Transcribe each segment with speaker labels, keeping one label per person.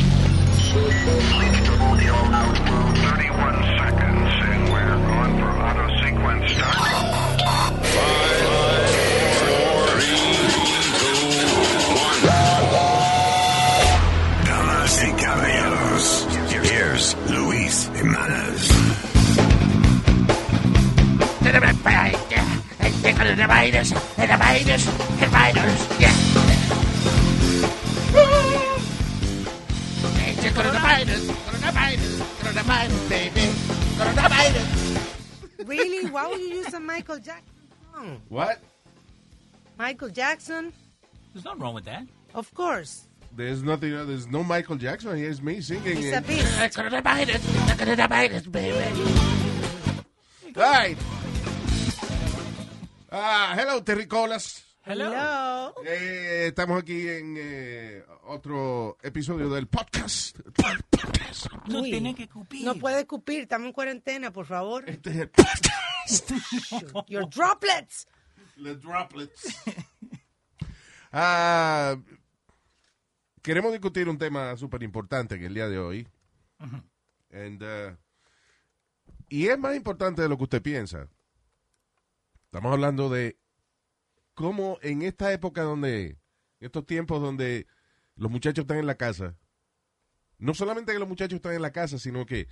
Speaker 1: it!
Speaker 2: Damas y caballeros, here's Luis Jimenez.
Speaker 3: Really? Why would you use a Michael Jackson? song?
Speaker 4: What?
Speaker 3: Michael Jackson?
Speaker 1: There's nothing wrong with that.
Speaker 3: Of course.
Speaker 4: There's nothing. uh, There's no Michael Jackson. Here's me singing.
Speaker 3: He's a
Speaker 4: it.
Speaker 3: bitch.
Speaker 1: Eh,
Speaker 4: All right. Ah, hello, Terricolas.
Speaker 1: Hello.
Speaker 3: Hello.
Speaker 4: Eh, estamos aquí en eh, otro episodio del podcast. Podcast.
Speaker 1: No
Speaker 3: Uy.
Speaker 1: tiene que cupir.
Speaker 3: No puede escupir, estamos en cuarentena, por favor.
Speaker 4: Este es el podcast.
Speaker 3: Your droplets.
Speaker 4: The droplets. Ah, queremos discutir un tema súper importante en el día de hoy. And, uh, y es más importante de lo que usted piensa. Estamos hablando de cómo en esta época donde, en estos tiempos donde los muchachos están en la casa, no solamente que los muchachos están en la casa, sino que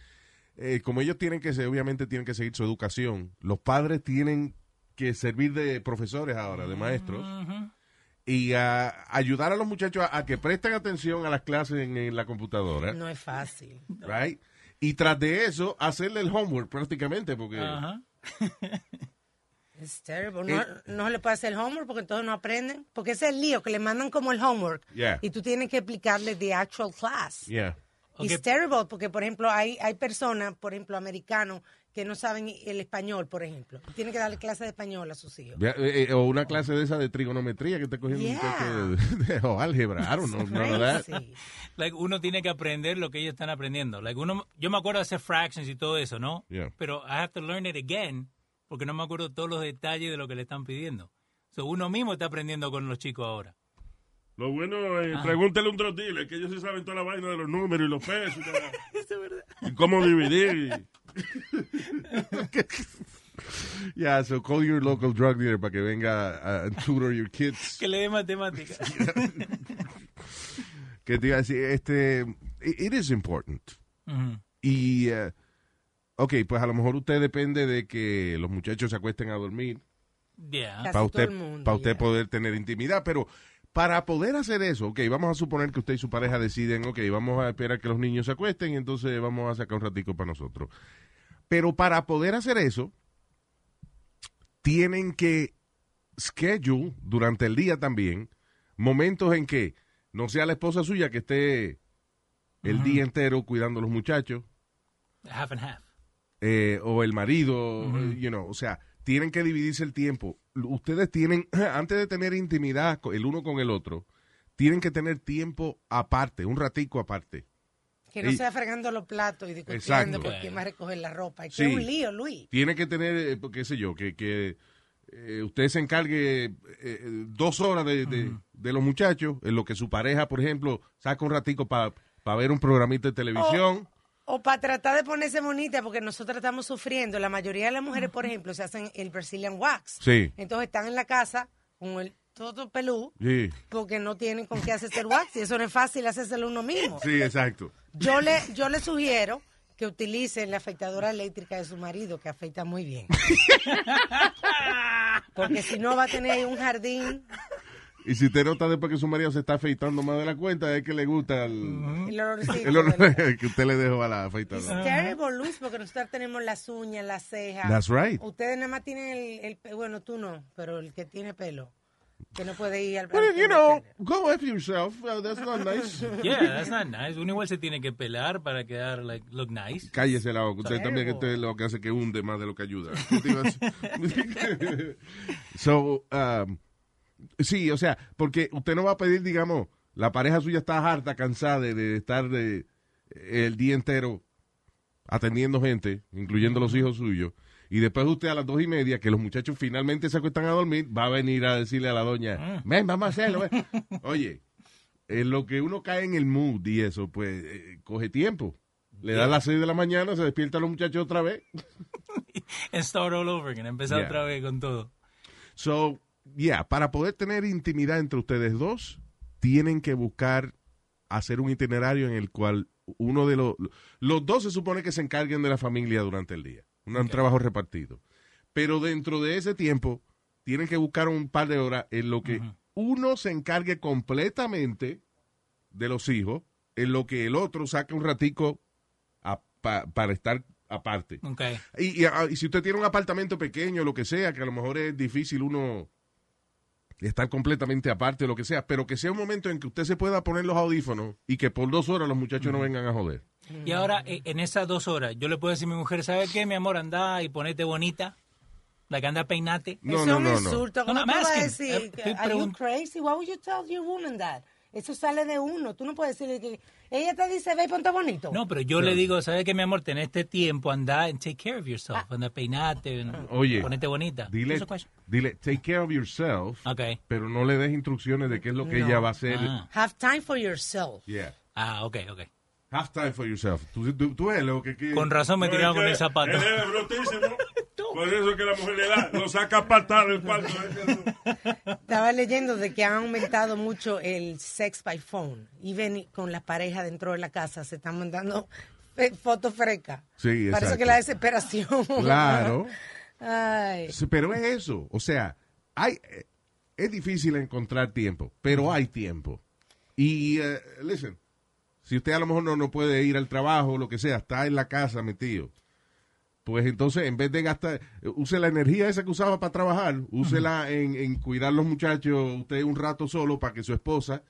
Speaker 4: eh, como ellos tienen que, se- obviamente tienen que seguir su educación, los padres tienen que servir de profesores ahora, de maestros, y a ayudar a los muchachos a, a que presten atención a las clases en, en la computadora,
Speaker 3: No es fácil.
Speaker 4: right? Y tras de eso, hacerle el homework prácticamente, porque
Speaker 1: Ajá.
Speaker 3: Es terrible.
Speaker 4: Eh.
Speaker 3: No, no se le puede hacer el homework porque entonces no aprenden. Porque ese es el lío, que le mandan como el homework.
Speaker 4: Yeah.
Speaker 3: Y tú tienes que explicarle the actual class.
Speaker 4: yeah.
Speaker 3: Es
Speaker 1: Ok.
Speaker 3: terrible porque, por ejemplo, hay, hay personas, por ejemplo, americanos, que no saben el español, por ejemplo. Tienen que darle clase de español a sus hijos.
Speaker 4: Vea, eh, eh, o una clase de esa de trigonometría que está cogiendo un
Speaker 3: Yeah.
Speaker 4: muchacho de, de- o álgebra, I don't know, none of that.
Speaker 3: Crazy.
Speaker 1: Like, uno tiene que aprender lo que ellos están aprendiendo. Like, uno, yo me acuerdo de hacer fractions y todo eso, ¿no?
Speaker 4: Yeah.
Speaker 1: Pero I have to learn it again porque no me acuerdo todos los detalles de lo que le están pidiendo. So, uno mismo está aprendiendo con los chicos ahora.
Speaker 5: Lo bueno es, pregúntale a un trotiles, que ellos se saben toda la vaina de los números y los pesos. Y, toda- y cómo dividir.
Speaker 4: Yeah, so call your local drug dealer para que venga a, a tutor your kids.
Speaker 1: Que le dé matemáticas.
Speaker 4: que te iba a decir, este, it, it is important.
Speaker 1: Ujú.
Speaker 4: Y, eh, ok, pues a lo mejor usted depende de que los muchachos se acuesten a dormir
Speaker 1: Yeah.
Speaker 3: Casi
Speaker 4: para
Speaker 3: todo
Speaker 4: usted,
Speaker 3: el mundo,
Speaker 4: para usted
Speaker 3: ya.
Speaker 4: poder tener intimidad, pero para poder hacer eso, ok, vamos a suponer que usted y su pareja deciden, ok, vamos a esperar que los niños se acuesten y entonces vamos a sacar un ratico para nosotros. Pero para poder hacer eso, tienen que schedule durante el día también momentos en que no sea la esposa suya que esté el día entero cuidando a los muchachos
Speaker 1: Half and half.
Speaker 4: eh, o el marido, eh, you know, o sea, tienen que dividirse el tiempo. L- Ustedes tienen, antes de tener intimidad co- el uno con el otro, tienen que tener tiempo aparte, un ratico aparte.
Speaker 3: Que no
Speaker 4: Y-
Speaker 3: sea fregando los platos y discutiendo
Speaker 4: Exacto.
Speaker 3: por quién va a recoger la ropa. Es
Speaker 4: Sí.
Speaker 3: que es un lío, Luis.
Speaker 4: Tienen que tener, eh, qué sé yo, que, que eh, usted se encargue eh, eh, dos horas de, de- de los muchachos, en lo que su pareja, por ejemplo, saca un ratico para ver un programita de televisión.
Speaker 3: O para tratar de ponerse bonita, porque nosotros estamos sufriendo. La mayoría de las mujeres, por ejemplo, se hacen el Brazilian Wax.
Speaker 4: Sí.
Speaker 3: Entonces están en la casa con el todo pelú
Speaker 4: Sí,
Speaker 3: porque no tienen con qué hacerse el wax. Y eso no es fácil hacérselo uno mismo.
Speaker 4: sí, exacto.
Speaker 3: Yo le, yo le sugiero que utilicen la afeitadora eléctrica de su marido, que afeita muy bien. Porque si no va a tener ahí un jardín,
Speaker 4: Y si usted nota después que su marido se está afeitando más de la cuenta, es que le gusta el,
Speaker 3: el olorcito.
Speaker 4: El olor
Speaker 3: del-
Speaker 4: que usted le dejó a la
Speaker 3: It's
Speaker 4: afeitadora.
Speaker 3: terrible, Luis, porque nosotros tenemos las uñas, las cejas.
Speaker 4: That's right.
Speaker 3: Ustedes nada más tienen el, el pe- bueno, tú no, pero el que tiene pelo, que no puede ir al
Speaker 4: Well, you know, go after yourself. Uh, that's not nice.
Speaker 1: Yeah, that's not nice. Uno igual se tiene que pelar para quedar, like, look nice.
Speaker 4: Cállese la boca. Usted también
Speaker 3: Terrible.
Speaker 4: que usted es lo que hace que hunde más de lo que ayuda. ¿Qué te iba a decir? so, um, sí, o sea, porque usted no va a pedir, digamos, la pareja suya está harta, cansada de, de estar de, el día entero atendiendo gente, incluyendo los hijos suyos. Y Y después usted a las dos y media, que los muchachos finalmente se acuestan a dormir, va a venir a decirle a la doña, ven, vamos a hacerlo. ven". Oye, en lo que uno cae en el mood y eso, pues eh, coge tiempo. Le da las seis de la mañana, se despierta los muchachos otra vez.
Speaker 1: And start all over again, empezar
Speaker 4: Yeah.
Speaker 1: otra vez con todo.
Speaker 4: So, yeah, para poder tener intimidad entre ustedes dos, tienen que buscar hacer un itinerario en el cual uno de los... Los dos se supone que se encarguen de la familia durante el día. Un, un trabajo repartido. Pero dentro de ese tiempo, tienen que buscar un par de horas en lo que uno se encargue completamente de los hijos, en lo que el otro saca un ratico a- pa- para estar aparte.
Speaker 1: Okay.
Speaker 4: Y, y, ah, y si usted tiene un apartamento pequeño, lo que sea, que a lo mejor es difícil uno estar completamente aparte, lo que sea, pero que sea un momento en que usted se pueda poner los audífonos y que por dos horas los muchachos no vengan a joder.
Speaker 1: Y ahora, e- en esas dos horas, yo le puedo decir a mi mujer, ¿sabes qué, mi amor? Anda y ponete bonita. La que anda peinate.
Speaker 4: No,
Speaker 3: Eso
Speaker 4: no,
Speaker 3: es un
Speaker 4: no, no.
Speaker 3: insulto.
Speaker 1: No,
Speaker 3: ¿Cómo
Speaker 1: no,
Speaker 3: tú
Speaker 1: I'm
Speaker 3: vas a
Speaker 1: asking.
Speaker 3: decir?
Speaker 1: Estoy
Speaker 3: Are you
Speaker 1: pregun-
Speaker 3: crazy? Why would you tell your woman that? Eso sale de uno. Tú no puedes decirle que... Ella te dice, ve y ponte bonito.
Speaker 1: No, pero yo le digo, ¿sabes qué, mi amor? Ten este tiempo, anda and take care of yourself. Anda, peinate, and
Speaker 4: Oye,
Speaker 1: ponete bonita.
Speaker 4: Dile,
Speaker 1: Eso es-
Speaker 4: dile, take care of yourself,
Speaker 1: Ok.
Speaker 4: pero no le des instrucciones de qué es lo que ella va a hacer.
Speaker 1: Ah.
Speaker 3: Have time for yourself.
Speaker 4: Yeah.
Speaker 1: Ah, ok, ok.
Speaker 4: Have time for yourself. Tú, tú, tú ves lo que... que-
Speaker 1: Con razón me tiraron con el zapato.
Speaker 5: Él es brutísimo. Por eso es que la mujer le da, lo saca a patar del cuarto.
Speaker 4: ¿eh?
Speaker 3: Estaba leyendo de que han aumentado mucho el sex by phone. Y ven con las parejas dentro de la casa. Se están mandando fe- fotos frescas.
Speaker 4: Sí,
Speaker 3: Parece
Speaker 4: exacto.
Speaker 3: que la desesperación.
Speaker 4: Claro.
Speaker 3: Ay.
Speaker 4: Sí, Pero es eso, o sea, hay, eh, es difícil encontrar tiempo, pero hay tiempo. Y, eh, listen, si usted a lo mejor no, no puede ir al trabajo o lo que sea, está en la casa metido, pues entonces en vez de gastar, eh, use la energía esa que usaba para trabajar, úsela en, en cuidar los muchachos, usted un rato solo para que su esposa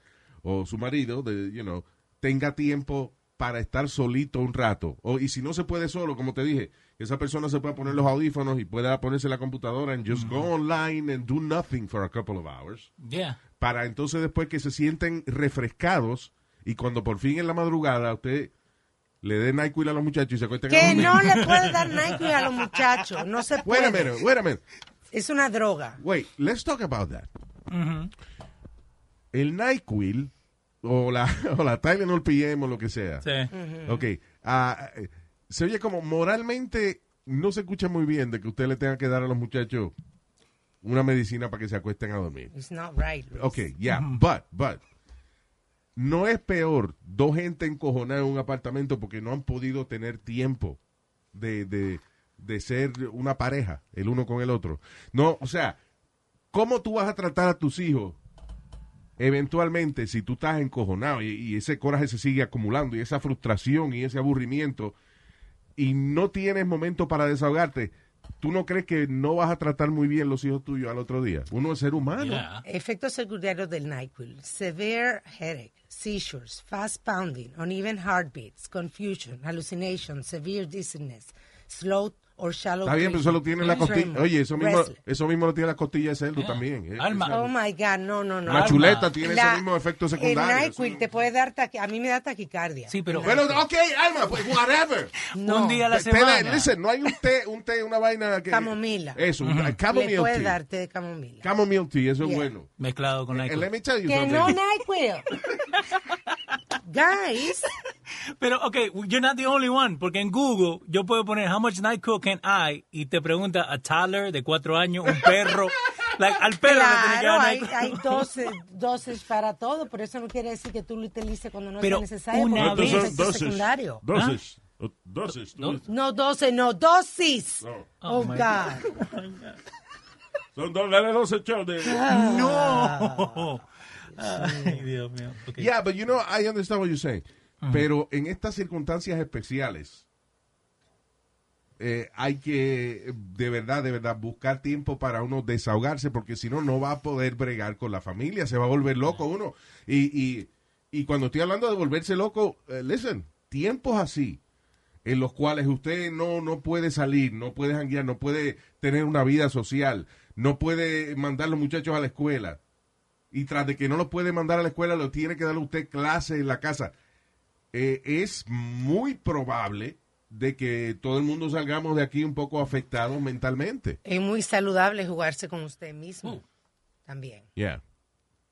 Speaker 4: o su marido, de, you know, tenga tiempo para estar solito un rato. O, y si no se puede solo, como te dije, que esa persona se pueda poner los audífonos y pueda ponerse la computadora and just go online and do nothing for a couple of hours.
Speaker 1: Yeah.
Speaker 4: Para entonces después que se sienten refrescados y cuando por fin en la madrugada usted le dé NyQuil a los muchachos y se acuesten a
Speaker 3: Que
Speaker 4: dormir.
Speaker 3: no le puede dar Nike a los muchachos. No se
Speaker 4: Wait
Speaker 3: puede.
Speaker 4: a minute, wait a minute.
Speaker 3: Es una droga.
Speaker 4: Wait, let's talk about that.
Speaker 1: Ujú.
Speaker 4: El NyQuil o la, o la Tylenol PM o lo que sea.
Speaker 1: Sí.
Speaker 4: Ok. ah, eh, se oye como moralmente no se escucha muy bien de que usted le tenga que dar a los muchachos una medicina para que se acuesten a dormir.
Speaker 3: It's not right. Luis.
Speaker 4: Ok, yeah, but, but. No es peor dos gente encojonada en un apartamento porque no han podido tener tiempo de, de, de ser una pareja, el uno con el otro. No, o sea, ¿cómo tú vas a tratar a tus hijos eventualmente si tú estás encojonado y, y ese coraje se sigue acumulando y esa frustración y ese aburrimiento y no tienes momento para desahogarte? ¿Tú no crees que no vas a tratar muy bien los hijos tuyos al otro día? Uno es ser humano.
Speaker 1: Yeah.
Speaker 3: Efectos secundarios del NyQuil. Severe headache, seizures, fast pounding, uneven heartbeats, confusion, hallucination, severe dizziness, slow or shallow
Speaker 4: Está bien, pero eso lo tiene la costilla.
Speaker 3: Tremor,
Speaker 4: Oye, eso mismo,
Speaker 3: restless.
Speaker 4: eso mismo lo tiene la costilla de cerdo también. Eh,
Speaker 1: Ah, Alma.
Speaker 4: esa-
Speaker 3: Oh my God, no, no, no.
Speaker 4: la
Speaker 1: Alma.
Speaker 4: chuleta tiene
Speaker 3: La-
Speaker 4: ese mismo efecto
Speaker 3: El
Speaker 4: secundario.
Speaker 3: NyQuil te puede dar taqui- A mí me da taquicardia.
Speaker 1: Sí, pero
Speaker 4: Bueno, ok, Alma, pues whatever.
Speaker 3: No.
Speaker 1: un día a la
Speaker 4: Te da-
Speaker 1: semana.
Speaker 4: listen, no hay un té, un té, una vaina que...
Speaker 3: Camomila.
Speaker 4: Eso, un
Speaker 3: Le
Speaker 4: chamomile
Speaker 3: puede
Speaker 4: tea.
Speaker 3: darte de camomila.
Speaker 4: Chamomile tea, eso es
Speaker 3: Yeah.
Speaker 4: bueno.
Speaker 1: Mezclado con la
Speaker 4: And let me tell you
Speaker 3: que no
Speaker 4: something.
Speaker 3: NyQuil. Guys,
Speaker 1: Pero, ok, you're not the only one, porque en Google yo puedo poner how much NyQuil can I y te pregunta a Tyler de cuatro años, un perro. like, al perro le tenés que
Speaker 3: claro,
Speaker 1: dar
Speaker 3: hay,
Speaker 1: NyQuil.
Speaker 3: hay dosis, dosis para todo, pero eso no quiere decir que tú lo utilices cuando no
Speaker 1: Pero
Speaker 3: es necesario.
Speaker 1: una
Speaker 3: porque
Speaker 1: vez-
Speaker 3: es un efecto
Speaker 5: dosis.
Speaker 3: secundario.
Speaker 5: Dosis. O- Dosis. tú
Speaker 1: Do-
Speaker 5: dices.
Speaker 3: No dosis, no dosis. Oh, God.
Speaker 5: Son dos, dale 12 shots de...
Speaker 1: No. Ay, Dios mío. Ok.
Speaker 4: Yeah, but you know, I understand what you're saying. Pero en estas circunstancias especiales, eh, hay que de verdad, de verdad, buscar tiempo para uno desahogarse, porque si no, no va a poder bregar con la familia, se va a volver loco uno. Y, y, y cuando estoy hablando de volverse loco, eh, listen, tiempos así, en los cuales usted no, no puede salir, no puede janguear, no puede tener una vida social, no puede mandar los muchachos a la escuela, y tras de que no lo puede mandar a la escuela, lo tiene que dar usted clase en la casa. Eh, es muy probable de que todo el mundo salgamos de aquí un poco afectados mentalmente.
Speaker 3: Es muy saludable jugarse con usted mismo. También.
Speaker 4: Yeah.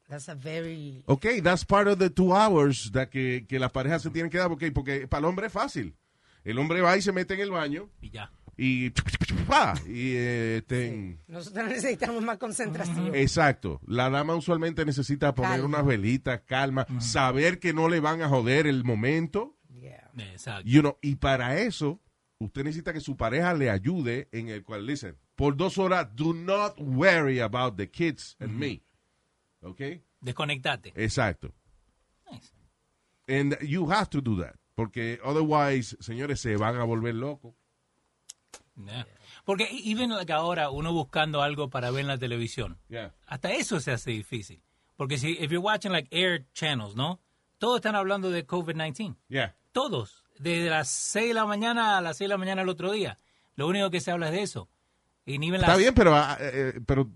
Speaker 3: That's a very.
Speaker 4: Ok, that's part of the two hours that que, que las parejas se tienen que dar, porque, porque para el hombre es fácil. El hombre va y se mete en el baño
Speaker 1: Y ya.
Speaker 4: y... pa, y eh, ten-
Speaker 3: Nosotros necesitamos más concentración.
Speaker 4: Exacto. La dama usualmente necesita poner
Speaker 3: Calma.
Speaker 4: unas velitas, calma, saber que no le van a joder el momento.
Speaker 3: Yeah.
Speaker 1: Exacto.
Speaker 4: You know, y para eso, usted necesita que su pareja le ayude en el cual, listen, por dos horas, do not worry about the kids and me. Ok.
Speaker 1: Desconectate.
Speaker 4: Eh. Exacto.
Speaker 1: Nice.
Speaker 4: And you have to do that. Porque otherwise, señores, se van a volver locos.
Speaker 1: Yeah. Porque e- even like ahora uno buscando algo para ver en la televisión.
Speaker 4: Yeah.
Speaker 1: Hasta eso se hace difícil. Porque si if you're watching like air channels, ¿no? Todos están hablando de COVID-19.
Speaker 4: Yeah.
Speaker 1: Todos. Desde las 6 de la mañana a las 6 de la mañana el otro día. Lo único que se habla es de eso. Y ni ven
Speaker 4: Está
Speaker 1: las-
Speaker 4: bien, pero, ah, eh, eh, pero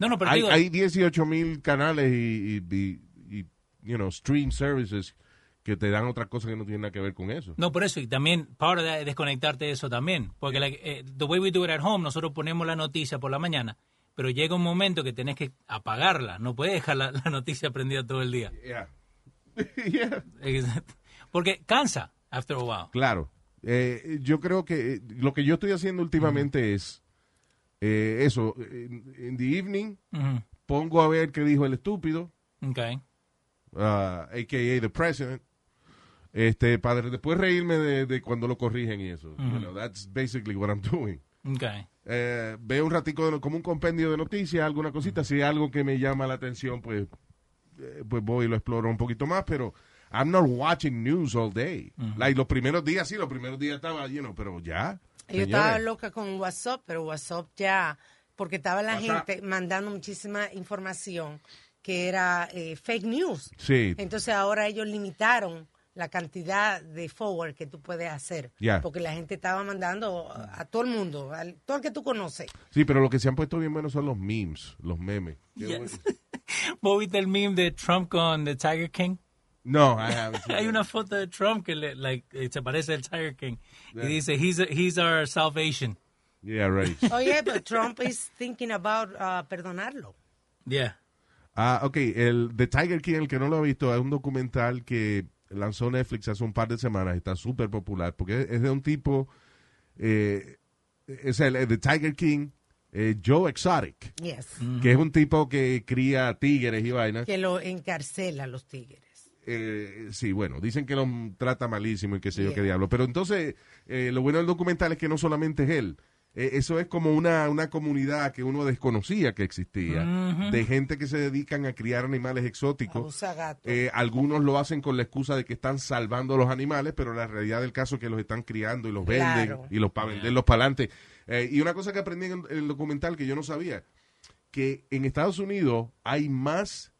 Speaker 1: No, no, pero
Speaker 4: hay,
Speaker 1: digo,
Speaker 4: hay 18 mil canales y, y- y- y, you know, stream services que te dan otras cosas que no tienen nada que ver con eso.
Speaker 1: No, por eso, y también, part of that es desconectarte de eso también. Porque, like, eh, the way we do it at home, nosotros ponemos la noticia por la mañana, pero llega un momento que tenés que apagarla. No puedes dejar la, la noticia prendida todo el día.
Speaker 4: Yeah. Yeah.
Speaker 1: Exacto. Porque cansa, after a while.
Speaker 4: Claro. Eh, yo creo que eh, lo que yo estoy haciendo últimamente es eh, eso. En in the evening
Speaker 3: Mm-hmm.
Speaker 1: Ujú.
Speaker 4: pongo a ver qué dijo el estúpido,
Speaker 1: Okay.
Speaker 4: ah, a.k.a. the president, este, para después reírme de, de cuando lo corrigen y eso. You know, that's basically what I'm doing.
Speaker 1: Okay.
Speaker 4: Eh, veo un ratico de lo- como un compendio de noticias, alguna cosita, si hay algo que me llama la atención, pues, eh, pues voy y lo exploro un poquito más, pero I'm not watching news all day. Like los primeros días, sí, los primeros días estaba lleno, pero ya.
Speaker 3: Yo estaba
Speaker 4: señores.
Speaker 3: loca con WhatsApp, pero WhatsApp ya, porque estaba la
Speaker 4: WhatsApp.
Speaker 3: gente mandando muchísima información que era eh, fake news.
Speaker 4: Sí.
Speaker 3: Entonces ahora ellos limitaron la cantidad de forward que tú puedes hacer,
Speaker 4: Ya.
Speaker 3: porque la gente estaba mandando a, a todo el mundo, a todo el que tú conoces.
Speaker 4: Sí, pero lo que se han puesto bien buenos son los memes, los memes. Qué bueno.
Speaker 1: ¿Vos viste el meme de Trump con The Tiger King?
Speaker 4: No, I haven't seen
Speaker 1: Hay
Speaker 4: it.
Speaker 1: una foto de Trump que le, like, eh, se parece al Tiger King.
Speaker 4: Yeah.
Speaker 1: Y dice, he's, he's our salvation.
Speaker 4: Yeah, right.
Speaker 3: Oye, pero Trump is thinking about uh, perdonarlo.
Speaker 1: Yeah.
Speaker 4: Ah, ok, el The Tiger King, el que no lo ha visto, es un documental que lanzó Netflix hace un par de semanas, está súper popular, porque es de un tipo, eh, es el eh, The Tiger King, eh, Joe Exotic,
Speaker 3: Yes.
Speaker 4: que es un tipo que cría tigres y vainas.
Speaker 3: Que lo encarcela a los tigres.
Speaker 4: Eh, sí, bueno, dicen que lo trata malísimo y qué sé yo
Speaker 3: Yeah.
Speaker 4: qué diablo. Pero entonces, eh, lo bueno del documental es que no solamente es él. Eh, eso es como una, una comunidad que uno desconocía que existía, de gente que se dedican a criar animales exóticos.
Speaker 3: Abusa gato.
Speaker 4: Eh, algunos lo hacen con la excusa de que están salvando a los animales, pero la realidad del caso es que los están criando y los venden
Speaker 3: Claro.
Speaker 4: y los para venderlos para adelante. y una cosa que aprendí en el documental que yo no sabía, que en Estados Unidos hay más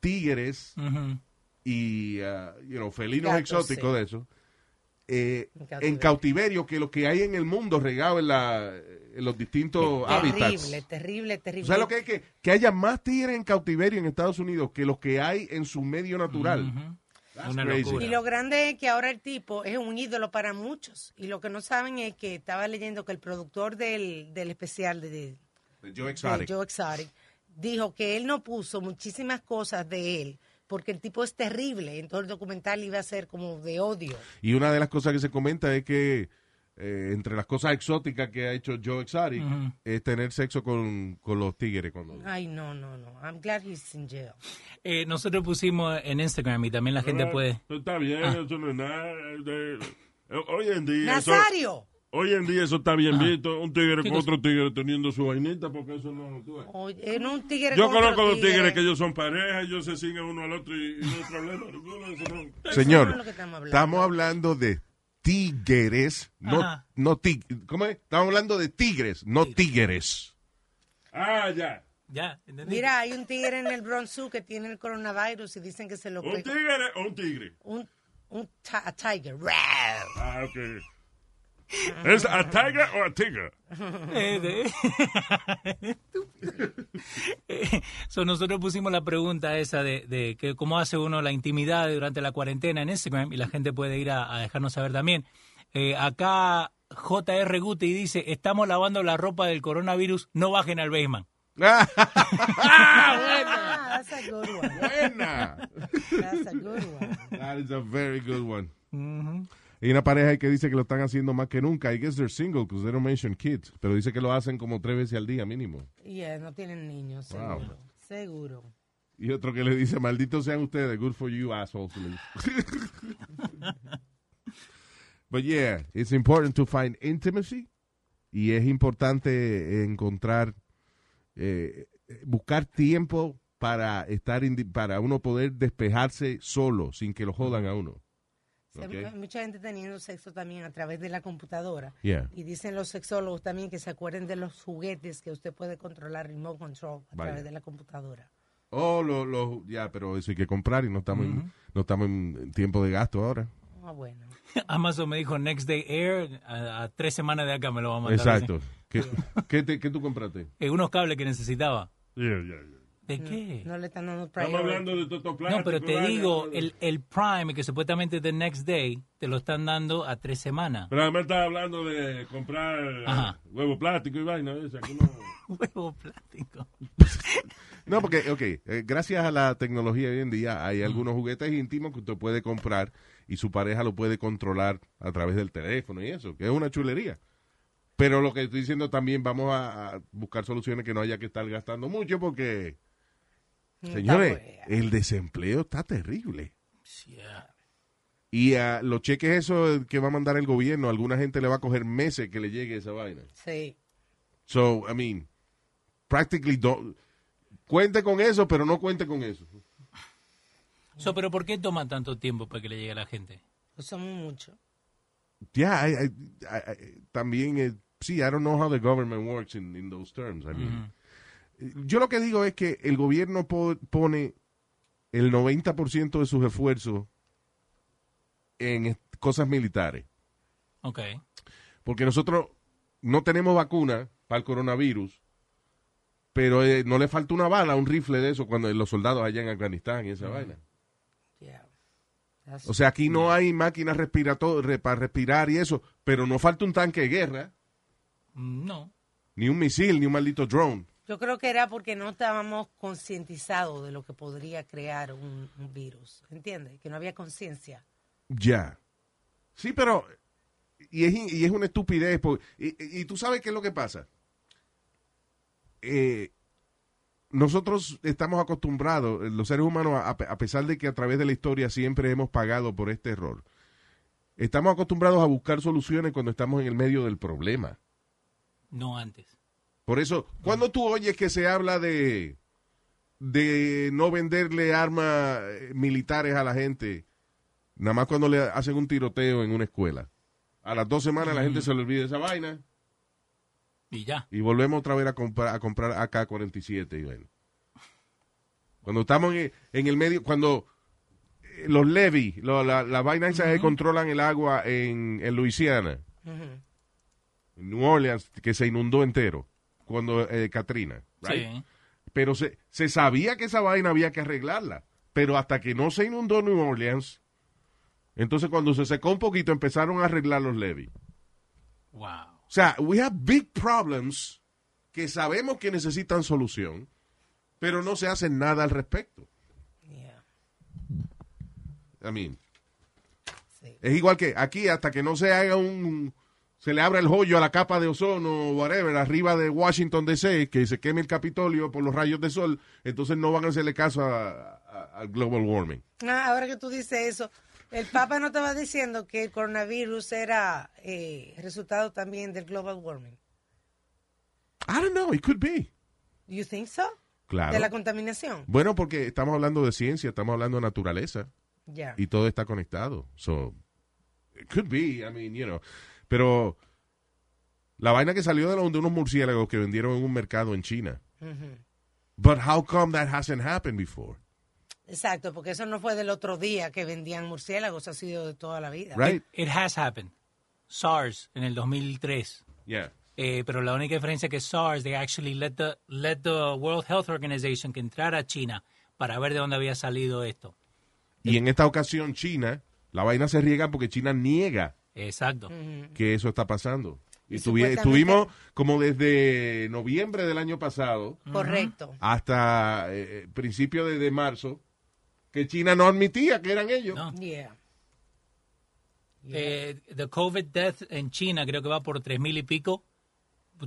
Speaker 4: tigres
Speaker 3: Mm-hmm.
Speaker 1: Ujú.
Speaker 4: y ah, you know, felinos
Speaker 3: Gatos,
Speaker 4: exóticos
Speaker 3: sí.
Speaker 4: de eso eh,
Speaker 3: En cautiverio.
Speaker 4: en cautiverio que lo que hay en el mundo regado en, la, en los distintos hábitats.
Speaker 3: Terrible, terrible, terrible.
Speaker 4: ¿Sabes lo que es? Que, que haya más tigres en cautiverio en Estados Unidos que los que hay en su medio natural. That's
Speaker 1: Una
Speaker 4: crazy.
Speaker 1: locura.
Speaker 3: Y lo grande es que ahora el tipo es un ídolo para muchos. Y lo que no saben es que estaba leyendo que el productor del, del especial de, de
Speaker 4: De Joe Exotic.
Speaker 3: Joe Exotic dijo que él no puso muchísimas cosas de él porque el tipo es terrible. Entonces el documental iba a ser como de odio.
Speaker 4: Y una de las cosas que se comenta es que eh, entre las cosas exóticas que ha hecho Joe Exotic es tener sexo con, con los tigres. Cuando...
Speaker 3: Ay, no, no, no. I'm glad he's in jail.
Speaker 1: Eh, nosotros pusimos en Instagram y también la gente pues. Ah.
Speaker 5: Pero,
Speaker 1: puede...
Speaker 5: Eso está bien, eso no es nada. de- eh, hoy en día. eso-
Speaker 3: ¡Nazario!
Speaker 5: hoy en día eso está bien
Speaker 1: Ah.
Speaker 5: visto. Un tigre
Speaker 1: ¿Qué
Speaker 5: con
Speaker 1: cosa?
Speaker 5: otro tigre teniendo su vainita, porque eso no tú ves.
Speaker 3: Oye, en un tigre
Speaker 5: Yo
Speaker 3: contra
Speaker 5: conozco dos
Speaker 3: tigre.
Speaker 5: tigres que ellos son pareja, ellos se siguen uno al otro y, y no hay problema. ninguno, eso no-
Speaker 4: Señor,
Speaker 3: no es lo que estamos hablando.
Speaker 4: estamos hablando de tigres, no,
Speaker 1: Ajá.
Speaker 4: no ti- ¿cómo es? Estamos hablando de tigres, no tigres.
Speaker 5: Ah, ya.
Speaker 1: Ya, ¿entendí?
Speaker 3: Mira, hay un tigre en el Bronx Zoo que tiene el coronavirus y dicen que se lo
Speaker 5: Un
Speaker 3: pegó.
Speaker 5: tigre o un tigre.
Speaker 3: Un, un ti- a tiger. Rar.
Speaker 5: Ah, ok.
Speaker 3: Ah.
Speaker 5: ¿Es a tiger o a tiger?
Speaker 1: Eh, de- Estúpido. Eh, so, nosotros pusimos la pregunta esa de, de que cómo hace uno la intimidad durante la cuarentena en Instagram y la gente puede ir a, a dejarnos saber también. Eh, acá JR Guti dice, estamos lavando la ropa del coronavirus, no bajen al basement.
Speaker 3: Ah, that's a good one. eh.
Speaker 4: Buena.
Speaker 3: That's a good one.
Speaker 4: That is a very good one. Hay una pareja que dice que lo están haciendo más que nunca. I guess they're single because they don't mention kids. Pero dice que lo hacen como tres veces al día mínimo.
Speaker 3: Yeah, eh, no tienen niños,
Speaker 4: Wow.
Speaker 3: seguro. Seguro.
Speaker 4: Y otro que le dice, malditos sean ustedes. Good for you, assholes. Le dice. But yeah, it's important to find intimacy. Y es importante encontrar, eh, buscar tiempo para estar, indi- para uno poder despejarse solo, sin que lo jodan a uno.
Speaker 3: Se-
Speaker 4: Ok.
Speaker 3: Mucha gente teniendo sexo también a través de la computadora.
Speaker 4: Yeah.
Speaker 3: Y dicen los sexólogos también que se acuerden de los juguetes que usted puede controlar, remote control, a
Speaker 4: Vaya.
Speaker 3: través de la computadora.
Speaker 4: Oh, lo, lo- ya, pero eso hay que comprar y no estamos, en, no estamos en tiempo de gasto ahora.
Speaker 3: Ah, bueno.
Speaker 1: Amazon me dijo Next Day Air, a, a tres semanas de acá me lo va a mandar.
Speaker 4: Exacto. ¿Qué, qué te- qué tú compraste?
Speaker 1: Eh, unos cables que necesitaba.
Speaker 5: Yeah, yeah, yeah.
Speaker 1: ¿De qué?
Speaker 3: No le están dando
Speaker 5: Estamos
Speaker 3: priority.
Speaker 5: hablando de Toto Plata.
Speaker 1: No, pero te digo, el, el Prime, que supuestamente es The Next Day, te lo están dando a tres semanas.
Speaker 5: Pero además estaba hablando de comprar eh,
Speaker 1: Ajá.
Speaker 5: huevo plástico y vaina de esa. que no-
Speaker 1: Huevo plástico.
Speaker 4: No, porque, ok, eh, gracias a la tecnología hoy en día hay algunos juguetes íntimos que usted puede comprar y su pareja lo puede controlar a través del teléfono y eso, que es una chulería. Pero lo que estoy diciendo también vamos a, a buscar soluciones que no haya que estar gastando mucho porque,
Speaker 3: Está
Speaker 4: señores, eh,
Speaker 3: bueno.
Speaker 4: el desempleo está terrible.
Speaker 1: Yeah.
Speaker 4: Y ah, los cheques eso que va a mandar el gobierno, alguna gente le va a coger meses que le llegue esa vaina.
Speaker 3: Sí.
Speaker 4: So, I mean, practically do- cuente con eso, pero no cuente con eso.
Speaker 1: So, pero ¿por qué toma tanto tiempo para que le llegue a la gente?
Speaker 3: Usamos mucho.
Speaker 4: Yeah, I, I, I- I- también eh, sí, I don't know how the government works in, in those terms. I
Speaker 1: Mm.
Speaker 4: mean, yo lo que digo es que el gobierno po- pone el 90% de sus esfuerzos en est- cosas militares.
Speaker 1: Ok.
Speaker 4: Porque nosotros no tenemos vacuna para el coronavirus, pero eh, no le falta una bala, un rifle de eso cuando los soldados allá en Afganistán y esa vaina.
Speaker 3: Yeah. That's-
Speaker 4: O sea, aquí no hay máquinas respirato- re- para respirar y eso, pero no falta un tanque de guerra,
Speaker 1: Mm, No.
Speaker 4: ni un misil, ni un maldito drone.
Speaker 3: Yo creo que era porque no estábamos concientizados de lo que podría crear un, un virus. ¿Entiendes? Que no había conciencia.
Speaker 4: Ya. Sí, pero... Y es, y es una estupidez. porque- y, y- y tú sabes qué es lo que pasa. Eh, nosotros estamos acostumbrados, eh, los seres humanos, a, a pesar de que a través de la historia siempre hemos pagado por este error, estamos acostumbrados a buscar soluciones cuando estamos en el medio del problema.
Speaker 1: No antes.
Speaker 4: Por eso, cuando tú oyes que se habla de de no venderle armas eh, militares a la gente, nada más cuando le hacen un tiroteo en una escuela. A las dos semanas la gente se le olvida esa vaina
Speaker 1: Y ya.
Speaker 4: y volvemos otra vez a comprar a comprar AK-47 y bueno. Cuando estamos en, en el medio, cuando eh, los levies, lo- la- las vainas esas que controlan el agua en, en Luisiana,
Speaker 3: Ujú.
Speaker 4: en New Orleans, que se inundó entero, cuando eh, Katrina. right?
Speaker 1: Sí. ¿eh?
Speaker 4: pero se, se sabía que esa vaina había que arreglarla. Pero hasta que no se inundó New Orleans, entonces cuando se secó un poquito empezaron a arreglar los levies.
Speaker 1: Wow.
Speaker 4: O sea, we have big problems que sabemos que necesitan solución, pero no se hace nada al respecto.
Speaker 3: Yeah.
Speaker 4: I mean,
Speaker 3: Sí.
Speaker 4: es igual que aquí hasta que no se haga un se le abra el hoyo a la capa de ozono o whatever arriba de Washington DC que se queme el Capitolio por los rayos de sol, entonces no van a hacerle caso a- a- al global warming.
Speaker 3: Ah, ahora que tú dices eso, el Papa no estaba diciendo que el coronavirus era eh, resultado también del global warming.
Speaker 4: I don't know, it could be.
Speaker 3: You think so?
Speaker 4: Claro.
Speaker 3: De la contaminación.
Speaker 4: Bueno, porque estamos hablando de ciencia, estamos hablando de naturaleza
Speaker 3: Ya.
Speaker 4: y todo está conectado. So, it could be, I mean, you know. Pero la vaina que salió de, los- de unos murciélagos que vendieron en un mercado en China.
Speaker 3: Ujú.
Speaker 4: But how come that hasn't happened before?
Speaker 3: Exacto, porque eso no fue del otro día que vendían murciélagos, ha sido de toda la vida.
Speaker 4: Right?
Speaker 1: It has happened. SARS en el 2003.
Speaker 4: Yeah.
Speaker 1: Eh, pero la única diferencia es que SARS, they actually let the, let the World Health Organization que entrara a China para ver de dónde había salido esto.
Speaker 4: Y en esta ocasión China, la vaina se riega porque China niega
Speaker 1: Exacto.
Speaker 4: que eso está pasando. Y
Speaker 3: Y
Speaker 4: tuvi-
Speaker 3: supuestamente-
Speaker 4: estuvimos como desde noviembre del año pasado
Speaker 3: Correcto.
Speaker 4: hasta eh, principio de, de marzo que China no admitía que eran ellos.
Speaker 1: No.
Speaker 3: Yeah.
Speaker 1: Eh, the COVID death en China creo que va por tres mil y pico.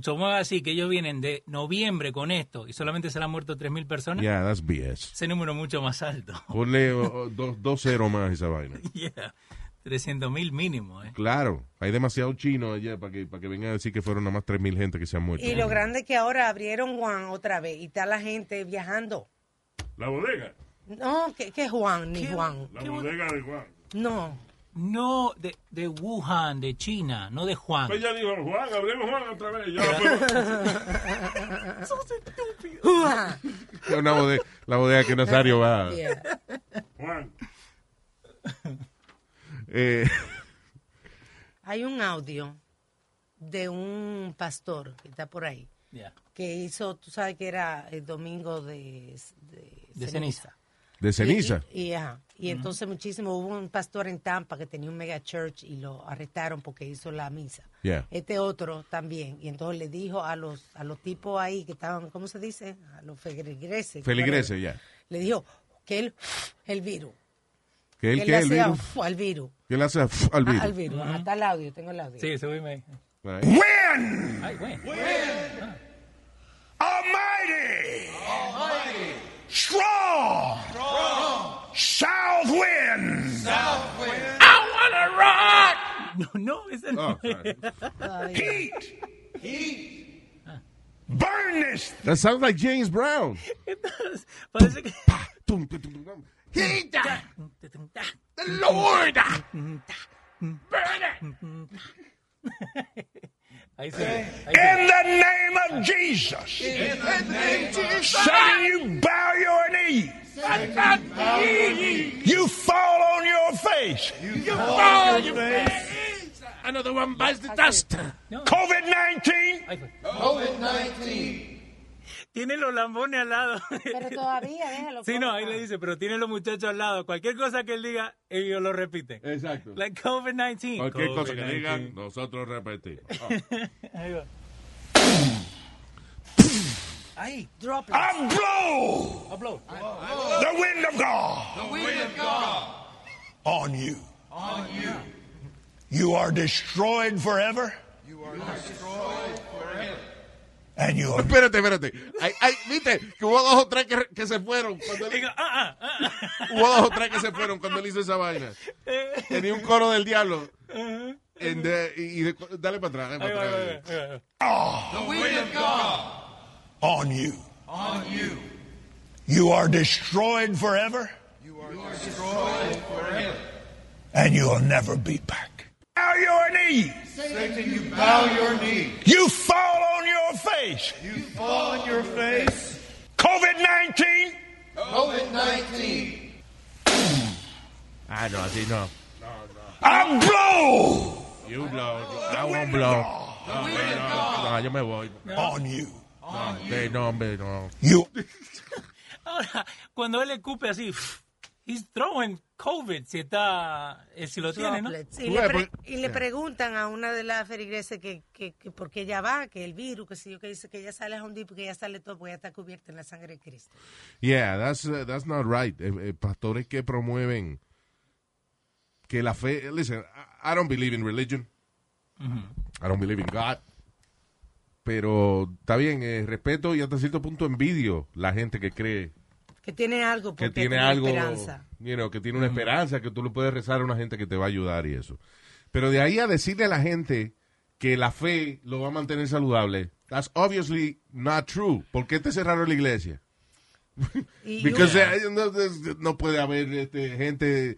Speaker 1: Somos así que ellos vienen de noviembre con esto y solamente se le han muerto tres mil personas.
Speaker 4: Yeah, that's BS.
Speaker 1: Ese número es mucho más alto.
Speaker 4: Ponle oh, oh, dos, dos cero más esa vaina.
Speaker 1: yeah. 300 mil mínimo. Eh.
Speaker 4: Claro, hay demasiado chino allá para que, para que vengan a decir que fueron nada más 3.000 gente que se han muerto.
Speaker 3: Y lo grande es que ahora abrieron Juan otra vez y está la gente viajando.
Speaker 5: La bodega.
Speaker 3: No, que, que Juan, ni Juan.
Speaker 5: La bodega de Juan.
Speaker 3: No.
Speaker 1: No de, de Wuhan, de China, no de Juan.
Speaker 5: Pues ya dijo, Juan, hablemos Juan otra vez. Yo la puedo-
Speaker 3: Juan.
Speaker 4: Es una bodega, la bodega que Nazario va.
Speaker 3: Yeah.
Speaker 5: Juan.
Speaker 4: Eh,
Speaker 3: Hay un audio de un pastor que está por ahí,
Speaker 1: Yeah.
Speaker 3: que hizo, tú sabes que era el domingo de, de,
Speaker 1: De ceniza.
Speaker 4: de ceniza.
Speaker 3: Y, y- y, ajá. Y entonces muchísimo, hubo un pastor en Tampa que tenía un mega church y lo arrestaron porque hizo la misa.
Speaker 4: Yeah.
Speaker 3: Este otro también. Y entonces le dijo a los, a los tipos ahí que estaban, ¿cómo se dice? A los feligreses.
Speaker 4: Feligreses, ya.
Speaker 3: Le dijo que él, el virus.
Speaker 4: Que él
Speaker 3: que
Speaker 4: que
Speaker 3: le
Speaker 4: el
Speaker 3: hacía
Speaker 4: virus.
Speaker 3: uf al virus.
Speaker 4: Que él hace f- al
Speaker 3: Ah, al
Speaker 4: virus.
Speaker 3: virus. Ajá, Está el audio, tengo el audio.
Speaker 1: Sí, subime ahí.
Speaker 4: Right.
Speaker 1: Ay, bueno.
Speaker 2: Almighty, strong, south wind. I want to rock,
Speaker 1: No, no, ese no.
Speaker 4: Oh, sorry.
Speaker 2: heat, burn this,
Speaker 4: That sounds like James Brown.
Speaker 1: Parece que.
Speaker 4: Tum, tum, tum, tum.
Speaker 2: heat, the Lord, burn it
Speaker 1: Ahí se ve. Ahí se ve.
Speaker 2: in the name of Jesus. Satan, you bow your knee. You fall on your face. You fall on your face. Another one bites the dust. COVID 19.
Speaker 1: Ahí fue. Tiene los lambones al lado.
Speaker 3: Pero todavía, déjalo.
Speaker 1: Sí, no, ahí
Speaker 3: ponlo.
Speaker 1: le dice, pero tiene los muchachos al lado. Cualquier cosa que él diga, ellos lo repiten.
Speaker 4: Exacto.
Speaker 1: Like COVID-19.
Speaker 4: Cualquier cosa que
Speaker 1: COVID-19.
Speaker 4: digan, nosotros repetimos.
Speaker 1: Ahí va. Ahí,
Speaker 2: I blow
Speaker 1: upload.
Speaker 2: the wind of God. The wind of God. On you. On you. You are destroyed forever. You are destroyed forever. And you are
Speaker 4: Espérate, espérate. Ay, ay, viste que hubo dos o tres que, que se fueron. Cuando él-
Speaker 1: Diga, ah, ah, ah.
Speaker 4: hubo dos o tres que se fueron cuando él hizo esa vaina. Tenía un coro del diablo. And, eh, y, y de- dale para atrás. Dale
Speaker 1: Ahí va,
Speaker 4: para
Speaker 1: ahí va,
Speaker 4: atrás.
Speaker 1: ahí va, ahí va.
Speaker 2: on you. On you. You are destroyed forever. You are destroyed forever. And you'll never be back. Bow your knee. Satan, you bow your knee. You fall on your face. You fall on your face. COVID 19.
Speaker 4: Ah, no, así no.
Speaker 2: I blow
Speaker 4: You blow. I won't blow. No, no, no, Ah, yo me voy.
Speaker 2: on you.
Speaker 4: No, hombre, no, hombre, no.
Speaker 2: You
Speaker 1: Ahora, cuando él escupe así, he's throwing COVID si está, eh, si lo tiene, ¿no?
Speaker 3: Droplets.
Speaker 4: Tú
Speaker 3: Y, le
Speaker 4: ves, pues,
Speaker 3: pre-
Speaker 4: porque-
Speaker 3: y le preguntan a una de las feligreses que, que, que por qué ella va, que el virus, que si yo que dice que ella sale a un día porque ella sale todo porque ella está cubierta en la sangre de Cristo.
Speaker 4: Yeah, that's, uh, that's not right. Eh, eh, pastores que promueven que la fe. Listen, I, I don't believe in religion. I don't believe in God. Pero está bien, eh, respeto y hasta cierto punto envidio la gente que cree
Speaker 3: Que tiene algo,
Speaker 4: que
Speaker 3: porque
Speaker 4: tiene algo,
Speaker 3: esperanza.
Speaker 4: you know, que tiene una esperanza, que tú le puedes rezar a una gente que te va a ayudar y eso. Pero de ahí a decirle a la gente que la fe lo va a mantener saludable, that's obviously not true. ¿Por qué te cerraron la iglesia?
Speaker 3: Y
Speaker 4: Because
Speaker 3: un-
Speaker 4: eh, no, there's- no puede haber este, gente,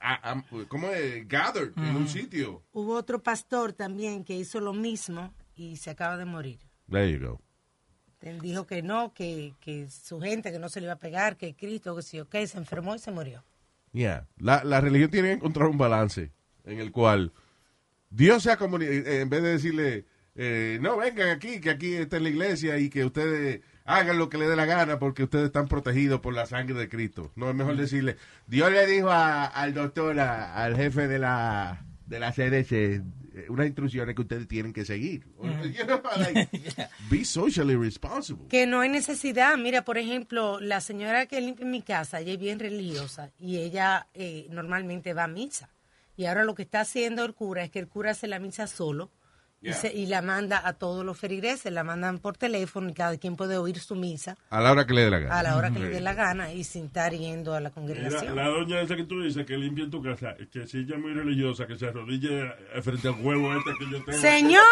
Speaker 4: a- a- ¿cómo es? Gathered en un sitio.
Speaker 3: hubo otro pastor también que hizo lo mismo y se acaba de morir.
Speaker 4: There you go.
Speaker 3: Él dijo que no, que, que su gente, que no se le iba a pegar, que Cristo, que si yo qué, se enfermó y se murió.
Speaker 4: Yeah. La, la religión tiene que encontrar un balance en el cual Dios sea como en vez de decirle, eh, no vengan aquí, que aquí está en la iglesia y que ustedes hagan lo que les dé la gana porque ustedes están protegidos por la sangre de Cristo. No, es mejor decirle, Dios le dijo a- al doctor, a- al jefe de la, de la CDC, eh, unas instrucciones que ustedes tienen que seguir. You know, like, Be socially responsible.
Speaker 3: Que no hay necesidad. Mira, por ejemplo, la señora que limpia mi casa, ella es bien religiosa y ella eh, normalmente va a misa. Y ahora lo que está haciendo el cura es que el cura hace la misa solo y,
Speaker 4: Yeah.
Speaker 3: se- y la manda a todos los feligreses, la mandan por teléfono y cada quien puede oír su misa
Speaker 4: A la hora que le dé la gana.
Speaker 3: a la hora que le dé la gana y sin estar yendo a la
Speaker 5: Mira,
Speaker 3: congregación.
Speaker 5: la doña esa que tú dices que limpia en tu casa, que si ella es muy religiosa, que se arrodille eh, frente al huevo este que yo tengo.
Speaker 3: ¡Señor!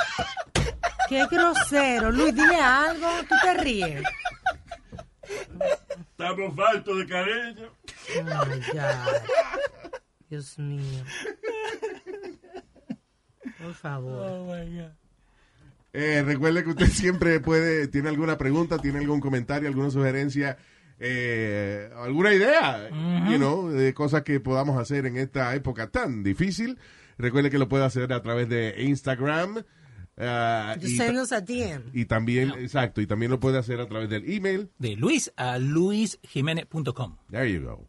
Speaker 3: ¡Qué grosero! Luis, dile algo, tú te ríes.
Speaker 5: Estamos faltos de cariño.
Speaker 3: Oh my God. Dios mío. Por favor.
Speaker 1: Oh,
Speaker 4: Eh, recuerde que usted siempre puede, tiene alguna pregunta, tiene algún comentario, alguna sugerencia, eh, alguna idea, you know, de cosas que podamos hacer en esta época tan difícil. Recuerde que lo puede hacer a través de Instagram. ah,
Speaker 3: You
Speaker 4: y,
Speaker 3: send us a DM.
Speaker 4: y también, exacto, y también lo puede hacer a través del email.
Speaker 1: De Luis a luisjiménez.com.
Speaker 4: There you go.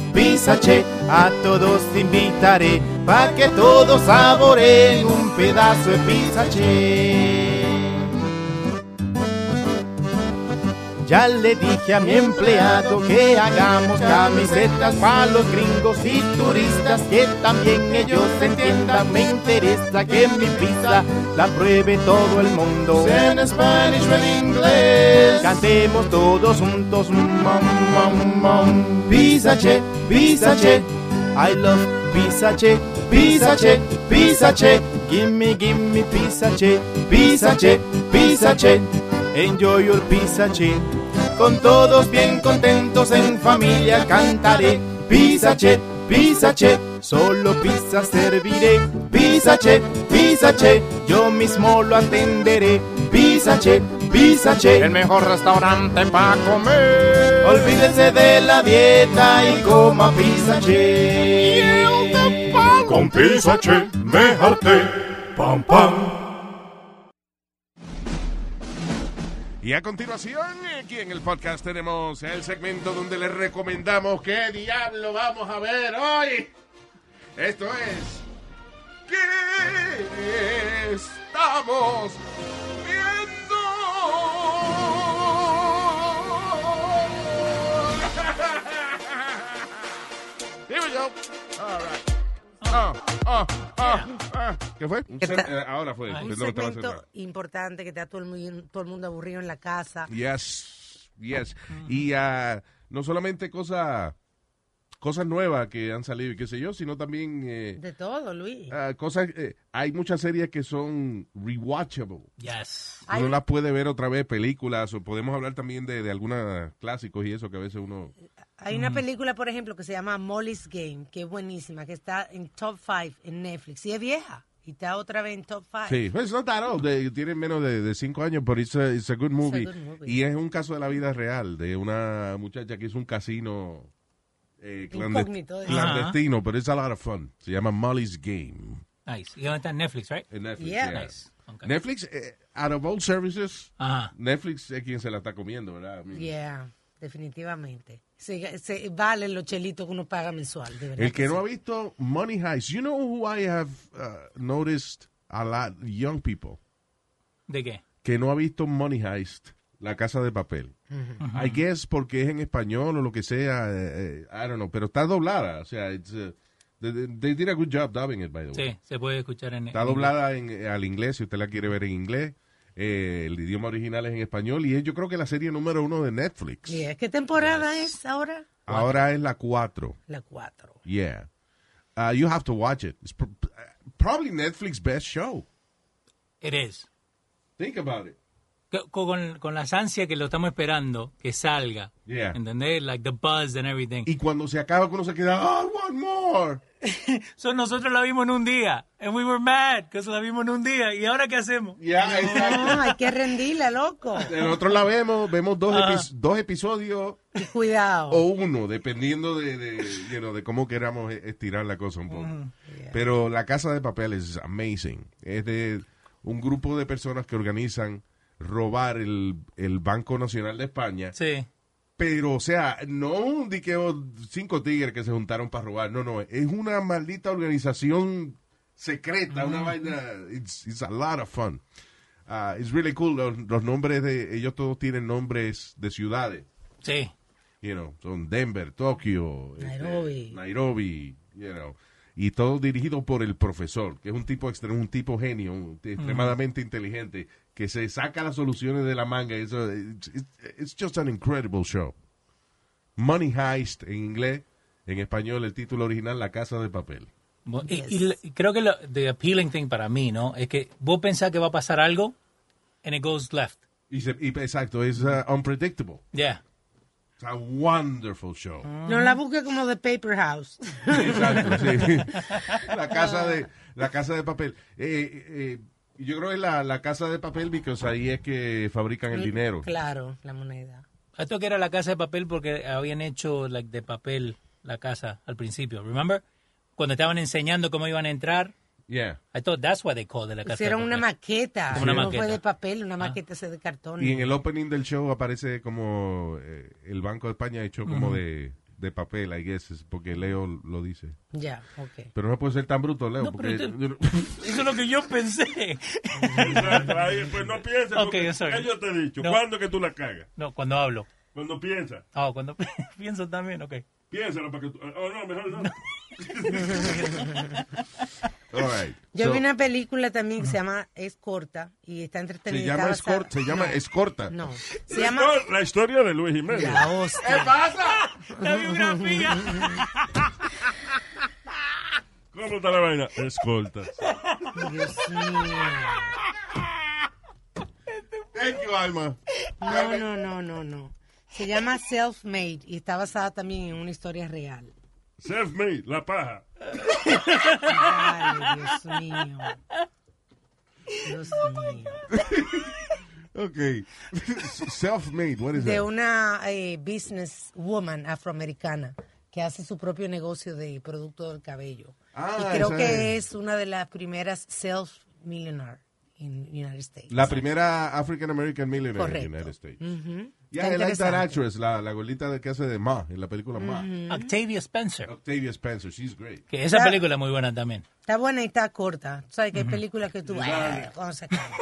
Speaker 6: Pizza Che, a todos invitaré, pa' que todos saboreen un pedazo de Pizza Che. Ya le dije a mi empleado que hagamos camisetas para los gringos y turistas que también ellos entiendan. Me interesa que mi pizza la pruebe todo el mundo. En español o en inglés. Cantemos todos juntos. mm, Mom, mom, mom. Pizza mm. che, pizza che. I love pizza che, pizza che, pizza che. Gimme, gimme pizza che, pizza che, pizza che. Enjoy your pizza che. Con todos bien contentos en familia cantaré. Pizza che, pizza che. Solo pizza serviré. Pizza che, pizza che. Yo mismo lo atenderé. Pizza che, pizza che. El mejor restaurante para comer. Olvídense de la dieta y coma pizza che.
Speaker 7: Con Pizza Che me harté. Pam, pam.
Speaker 4: Y a continuación, aquí en el podcast tenemos el segmento donde les recomendamos qué diablo vamos a ver hoy. Esto es. ¿Qué estamos viendo? Here we go. All right. Ah, ah, ah, ah. ¿Qué fue? Un seg-
Speaker 3: tal?
Speaker 4: eh, ahora fue.
Speaker 3: Un
Speaker 4: Perdón, estaba
Speaker 3: segmento
Speaker 4: cerrado.
Speaker 3: importante que está todo el, mu- todo el mundo aburrido en la casa.
Speaker 4: Yes, yes. Y ah, no solamente cosa- cosas nuevas que han salido y qué sé yo, sino también eh,
Speaker 3: De todo, Luis.
Speaker 4: ah, cosas... eh, hay muchas series que son rewatchable.
Speaker 1: Yes.
Speaker 3: Hay-
Speaker 4: Uno las puede ver otra vez, películas, o podemos hablar también de, de algunos clásicos y eso que a veces uno...
Speaker 3: Hay una película, por ejemplo, que se llama Molly's Game, que es buenísima, que está en top 5 en Netflix. Y es vieja. Y está otra vez en top 5.
Speaker 4: Sí, pues it's not that old, eh, tiene menos de, de cinco años, pero it's a, it's a good movie.
Speaker 3: good movie.
Speaker 4: Y es un caso de la vida real, de una muchacha que hizo un casino eh, clandest-
Speaker 3: Incógnito, ¿eh?
Speaker 4: clandestino, pero it's a lot of fun. Se llama Molly's Game.
Speaker 1: Nice. ¿Y dónde está Netflix, right?
Speaker 4: En Netflix,
Speaker 3: Yeah.
Speaker 4: yeah.
Speaker 1: Nice. Ok.
Speaker 4: Netflix, eh, out of all services,
Speaker 1: Ajá.
Speaker 4: Netflix es quien se la está comiendo, ¿verdad? I mean,
Speaker 3: Yeah, definitivamente. Se, se valen los chelitos que uno paga mensual, de verdad.
Speaker 4: El que
Speaker 3: sí.
Speaker 4: no ha visto Money Heist, you know who I have uh, noticed a lot, young people,
Speaker 1: ¿De qué?
Speaker 4: que no ha visto Money Heist, La Casa de Papel. I guess porque es en español o lo que sea, eh, eh, I don't know, pero está doblada, o sea, it's, uh, they, they did a good job dubbing it, by the way.
Speaker 1: Sí, se puede escuchar en
Speaker 4: Está doblada en, eh, al inglés, si usted la quiere ver en inglés. Eh, el idioma original es en español y es, yo creo que la serie número uno de Netflix.
Speaker 3: Yeah, ¿Qué temporada es ahora?
Speaker 4: Ahora es la 4.
Speaker 3: La 4.
Speaker 4: Yeah. Uh, you have to watch it. It's pr- probably Netflix's best show.
Speaker 1: It is.
Speaker 4: Think about it.
Speaker 1: co- con, con las ansias que lo estamos esperando que salga.
Speaker 4: Yeah.
Speaker 1: ¿Entendés? Like the buzz and everything.
Speaker 4: Y cuando se acaba, uno se queda, oh, one more.
Speaker 1: So, nosotros la vimos en un día. And we were mad because la vimos en un día. ¿Y ahora qué hacemos?
Speaker 4: Yeah, exacto.
Speaker 3: No, hay que rendirla, loco.
Speaker 4: Nosotros la vemos, vemos dos, epi- dos episodios
Speaker 3: Y cuidado.
Speaker 4: o uno, dependiendo de, de, you know, de cómo queramos e-, estirar la cosa un poco. Pero La Casa de Papel es amazing. Es de un grupo de personas que organizan robar el, el Banco Nacional de España.
Speaker 1: Sí.
Speaker 4: Pero, o sea, no un diqueo cinco tigres que se juntaron para robar. No, no. Es una maldita organización secreta, una vaina. It's, it's a lot of fun. Ah, it's really cool. Los, los nombres de. Ellos todos tienen nombres de ciudades.
Speaker 1: Sí.
Speaker 4: You know, son Denver, Tokio, este,
Speaker 3: Nairobi.
Speaker 4: Nairobi, you know. Y todo dirigido por el profesor, que es un tipo extremo, un tipo genio, un t- extremadamente inteligente, que se saca las soluciones de la manga. Eso, it's, it's- it's just an incredible show. Money Heist en inglés, en español el título original La Casa de Papel.
Speaker 1: Bo- y-
Speaker 3: Yes.
Speaker 1: Y, l- y creo que lo the appealing thing para mí, ¿no? Es que vos pensás que va a pasar algo and it goes left.
Speaker 4: Y, se- y- exacto, es uh, unpredictable.
Speaker 1: Yeah.
Speaker 4: It's a wonderful show.
Speaker 3: No la busque como The Paper House.
Speaker 4: Exacto, sí. La casa de, la casa de papel. Eh, eh, yo creo que es la, la casa de papel, porque ahí es que fabrican el dinero.
Speaker 3: Claro, la moneda.
Speaker 1: Esto que era la casa de papel porque habían hecho like, de papel la casa al principio. Remember? Cuando estaban enseñando cómo iban a entrar.
Speaker 4: Yeah.
Speaker 1: I thought that's what they called it, la casa
Speaker 3: Hicieron
Speaker 1: de
Speaker 3: una
Speaker 1: papel.
Speaker 3: maqueta.
Speaker 1: Una
Speaker 3: no
Speaker 1: maqueta. Ah.
Speaker 3: fue de papel, una maqueta ese de cartón.
Speaker 4: Y en el opening del show aparece como eh, el Banco de España hecho como de, de papel, I guess, es porque Leo lo dice.
Speaker 3: Ya, ok.
Speaker 4: Pero no puede ser tan bruto, Leo.
Speaker 1: No,
Speaker 4: porque-
Speaker 1: pero Eso es lo que yo pensé.
Speaker 5: Exacto, ahí, pues no pienses.
Speaker 1: Ok,
Speaker 5: porque
Speaker 1: I'm sorry.
Speaker 5: ya yo te he dicho,
Speaker 1: No.
Speaker 5: ¿cuándo que tú la cagas?
Speaker 1: No, cuando hablo.
Speaker 5: Cuando piensas.
Speaker 1: Ah, cuando pienso también, ok.
Speaker 5: Piénsalo para que tú. Oh, no, mejor no.
Speaker 4: All right.
Speaker 3: Yo
Speaker 4: So,
Speaker 3: vi una película también que se llama Es corta y está entretenida.
Speaker 4: se llama,
Speaker 3: Está basada-
Speaker 4: escort- se llama escorta.
Speaker 3: No, no. se
Speaker 5: La
Speaker 3: llama
Speaker 5: histor- La historia de Luis Jiménez.
Speaker 3: La Hostia.
Speaker 1: La biografía.
Speaker 5: ¿Cómo está la vaina? Escolta.
Speaker 3: Dios mío.
Speaker 4: Thank you, Alma.
Speaker 3: No, no, no, no, no. Se llama Self-Made y está basada también en una historia real.
Speaker 5: Self-made, la paja.
Speaker 3: Ay, Dios mío. Dios
Speaker 4: Oh
Speaker 3: mío.
Speaker 4: Ok. Self-made, what is
Speaker 3: De
Speaker 4: that?
Speaker 3: una eh, businesswoman afroamericana que hace su propio negocio de producto del cabello.
Speaker 4: Ah,
Speaker 3: y creo
Speaker 4: esa
Speaker 3: que
Speaker 4: es.
Speaker 3: es una de las primeras self-millionaire en United States.
Speaker 4: La primera African American millionaire
Speaker 3: Correcto.
Speaker 4: in the United States.
Speaker 3: Ujú.
Speaker 4: Yeah,
Speaker 3: Está
Speaker 4: I like that
Speaker 3: interesante.
Speaker 4: actress, la, la gordita de que hace de Ma en la película Ma.
Speaker 1: Octavia Spencer.
Speaker 4: Octavia Spencer, she's great.
Speaker 1: Que esa
Speaker 3: Claro.
Speaker 1: película es muy buena también.
Speaker 3: Está buena y está corta. Tú sabes que hay películas que tú... Ah, cuando se acaba.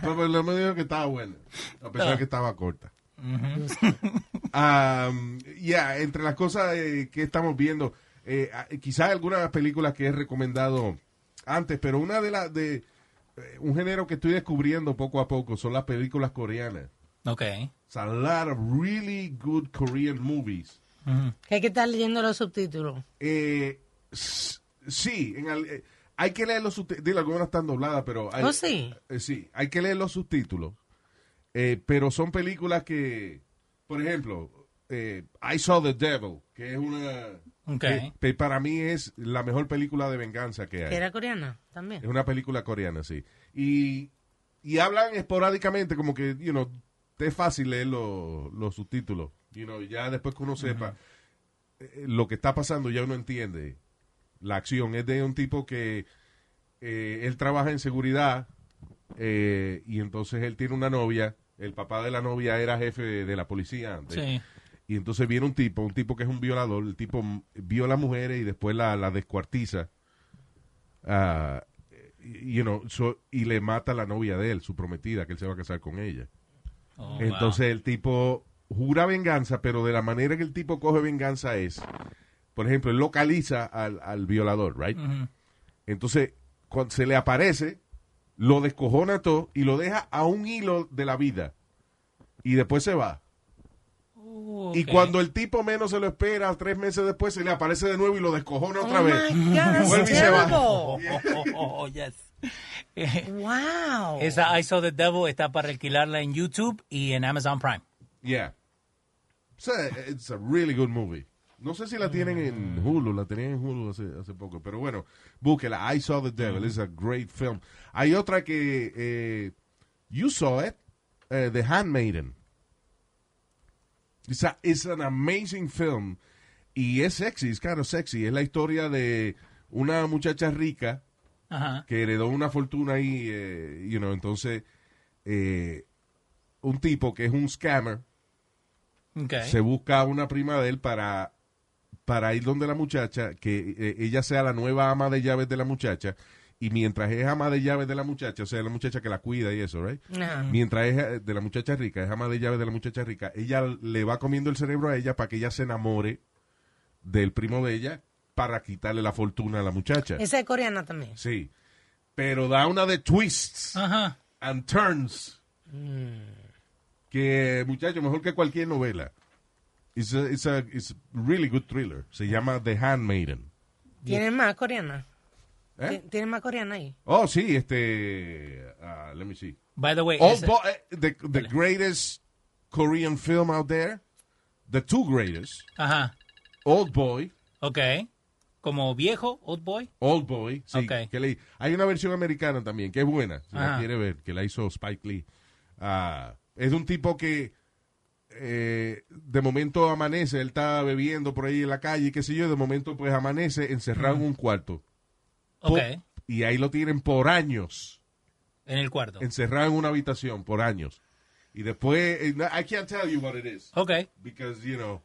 Speaker 4: Pero pero no me dijo que estaba buena, a
Speaker 3: Ah.
Speaker 4: pesar que estaba corta. Um, yeah, entre las cosas eh, que estamos viendo, eh, ah, quizás algunas películas que he recomendado antes, pero una de las de eh, un género que estoy descubriendo poco a poco son las películas coreanas.
Speaker 1: Ok.
Speaker 4: It's a lot of really good Korean movies.
Speaker 3: que hay que estar leyendo los subtítulos.
Speaker 4: Eh, s- sí, en al- eh, hay que leer los subtítulos. Digo, algunas están dobladas, pero. Hay,
Speaker 3: ¿Oh, sí?
Speaker 4: eh, sí, hay que leer los subtítulos. Eh, pero son películas que. Por ejemplo, eh, I Saw the Devil, que es una.
Speaker 1: Ok.
Speaker 4: que- que para mí es la mejor película de venganza que hay.
Speaker 3: Que era coreana
Speaker 4: Es
Speaker 3: también.
Speaker 4: una película coreana, sí. Y, y hablan esporádicamente, como que, you know, te es fácil leer lo- los subtítulos. You know, ya después que uno sepa eh, lo que está pasando, ya uno entiende. La acción es de un tipo que eh, él trabaja en seguridad eh, y entonces él tiene una novia. El papá de la novia era jefe de, de la policía antes.
Speaker 1: Sí.
Speaker 4: Y entonces viene un tipo, un tipo que es un violador, el tipo m- viola mujeres y después la, la descuartiza. Ah, y- you know, so- y le mata a la novia de él, su prometida, que él se va a casar con ella.
Speaker 1: Oh, wow.
Speaker 4: Entonces el tipo jura venganza, pero de la manera que el tipo coge venganza es, por ejemplo, él localiza al, al violador, ¿right?
Speaker 1: Ujú.
Speaker 4: Entonces, cuando se le aparece, lo descojona todo y lo deja a un hilo de la vida. Y después se va.
Speaker 1: Oh,
Speaker 4: Y
Speaker 1: ok.
Speaker 4: cuando el tipo menos se lo espera, tres meses después se le aparece de nuevo y lo descojona otra
Speaker 3: oh
Speaker 4: vez.
Speaker 3: My God,
Speaker 4: Vuelve y
Speaker 3: that's
Speaker 4: se va.
Speaker 3: terrible.
Speaker 1: Oh, oh, oh, oh, yes.
Speaker 3: Wow.
Speaker 1: Esa I Saw the Devil está para alquilarla en YouTube y en Amazon Prime.
Speaker 4: Yeah. It's a, it's a really good movie. No sé si la tienen en Hulu, la tenían en Hulu hace, hace poco, pero bueno, búsquela. I Saw the Devil, it's a great film. Hay otra que, eh, you saw it, eh, The Handmaiden. It's, a- it's an amazing film y es sexy, es kind of sexy. Es la historia de una muchacha rica
Speaker 1: Ajá.
Speaker 4: que heredó una fortuna y, eh, you know, entonces, eh, un tipo que es un scammer,
Speaker 1: Ok.
Speaker 4: se busca a una prima de él para, para ir donde la muchacha, que eh, ella sea la nueva ama de llaves de la muchacha, y mientras es ama de llaves de la muchacha, o sea, la muchacha que la cuida y eso, ¿right?
Speaker 3: Ajá.
Speaker 4: Mientras es eh, de la muchacha rica, es ama de llaves de la muchacha rica, ella le va comiendo el cerebro a ella para que ella se enamore del primo de ella para quitarle la fortuna a la muchacha.
Speaker 3: Esa es coreana también.
Speaker 4: Sí. Pero da una de twists
Speaker 1: Ajá.
Speaker 4: and turns. Que, muchacho, mejor que cualquier novela. It's a, it's a it's a really good thriller. Se llama The Handmaiden.
Speaker 3: ¿Tienen más coreana?
Speaker 4: ¿Eh?
Speaker 3: Ti- ¿Tienen más coreana ahí?
Speaker 4: Oh, sí, este. ah, let me see.
Speaker 1: By the way,
Speaker 4: Oh,
Speaker 1: esa-
Speaker 4: bo- eh, the, the greatest Korean film out there. The two greatest.
Speaker 1: ajá.
Speaker 4: Old Boy.
Speaker 1: Ok. Como viejo, old boy.
Speaker 4: Old Boy. Sí,
Speaker 1: Ok.
Speaker 4: que leí. Hay una versión americana también, que es buena, si la
Speaker 1: Ajá.
Speaker 4: quiere ver, que la hizo Spike Lee. Ah, es de un tipo que eh, de momento amanece, él está bebiendo por ahí en la calle, qué sé yo, y de momento pues amanece encerrado en un cuarto.
Speaker 1: Ok.
Speaker 4: Pop, y ahí lo tienen por años,
Speaker 1: En el cuarto.
Speaker 4: encerrado en una habitación, por años. Y después, eh, no, I can't tell you what it is.
Speaker 1: Ok.
Speaker 4: Because, you know,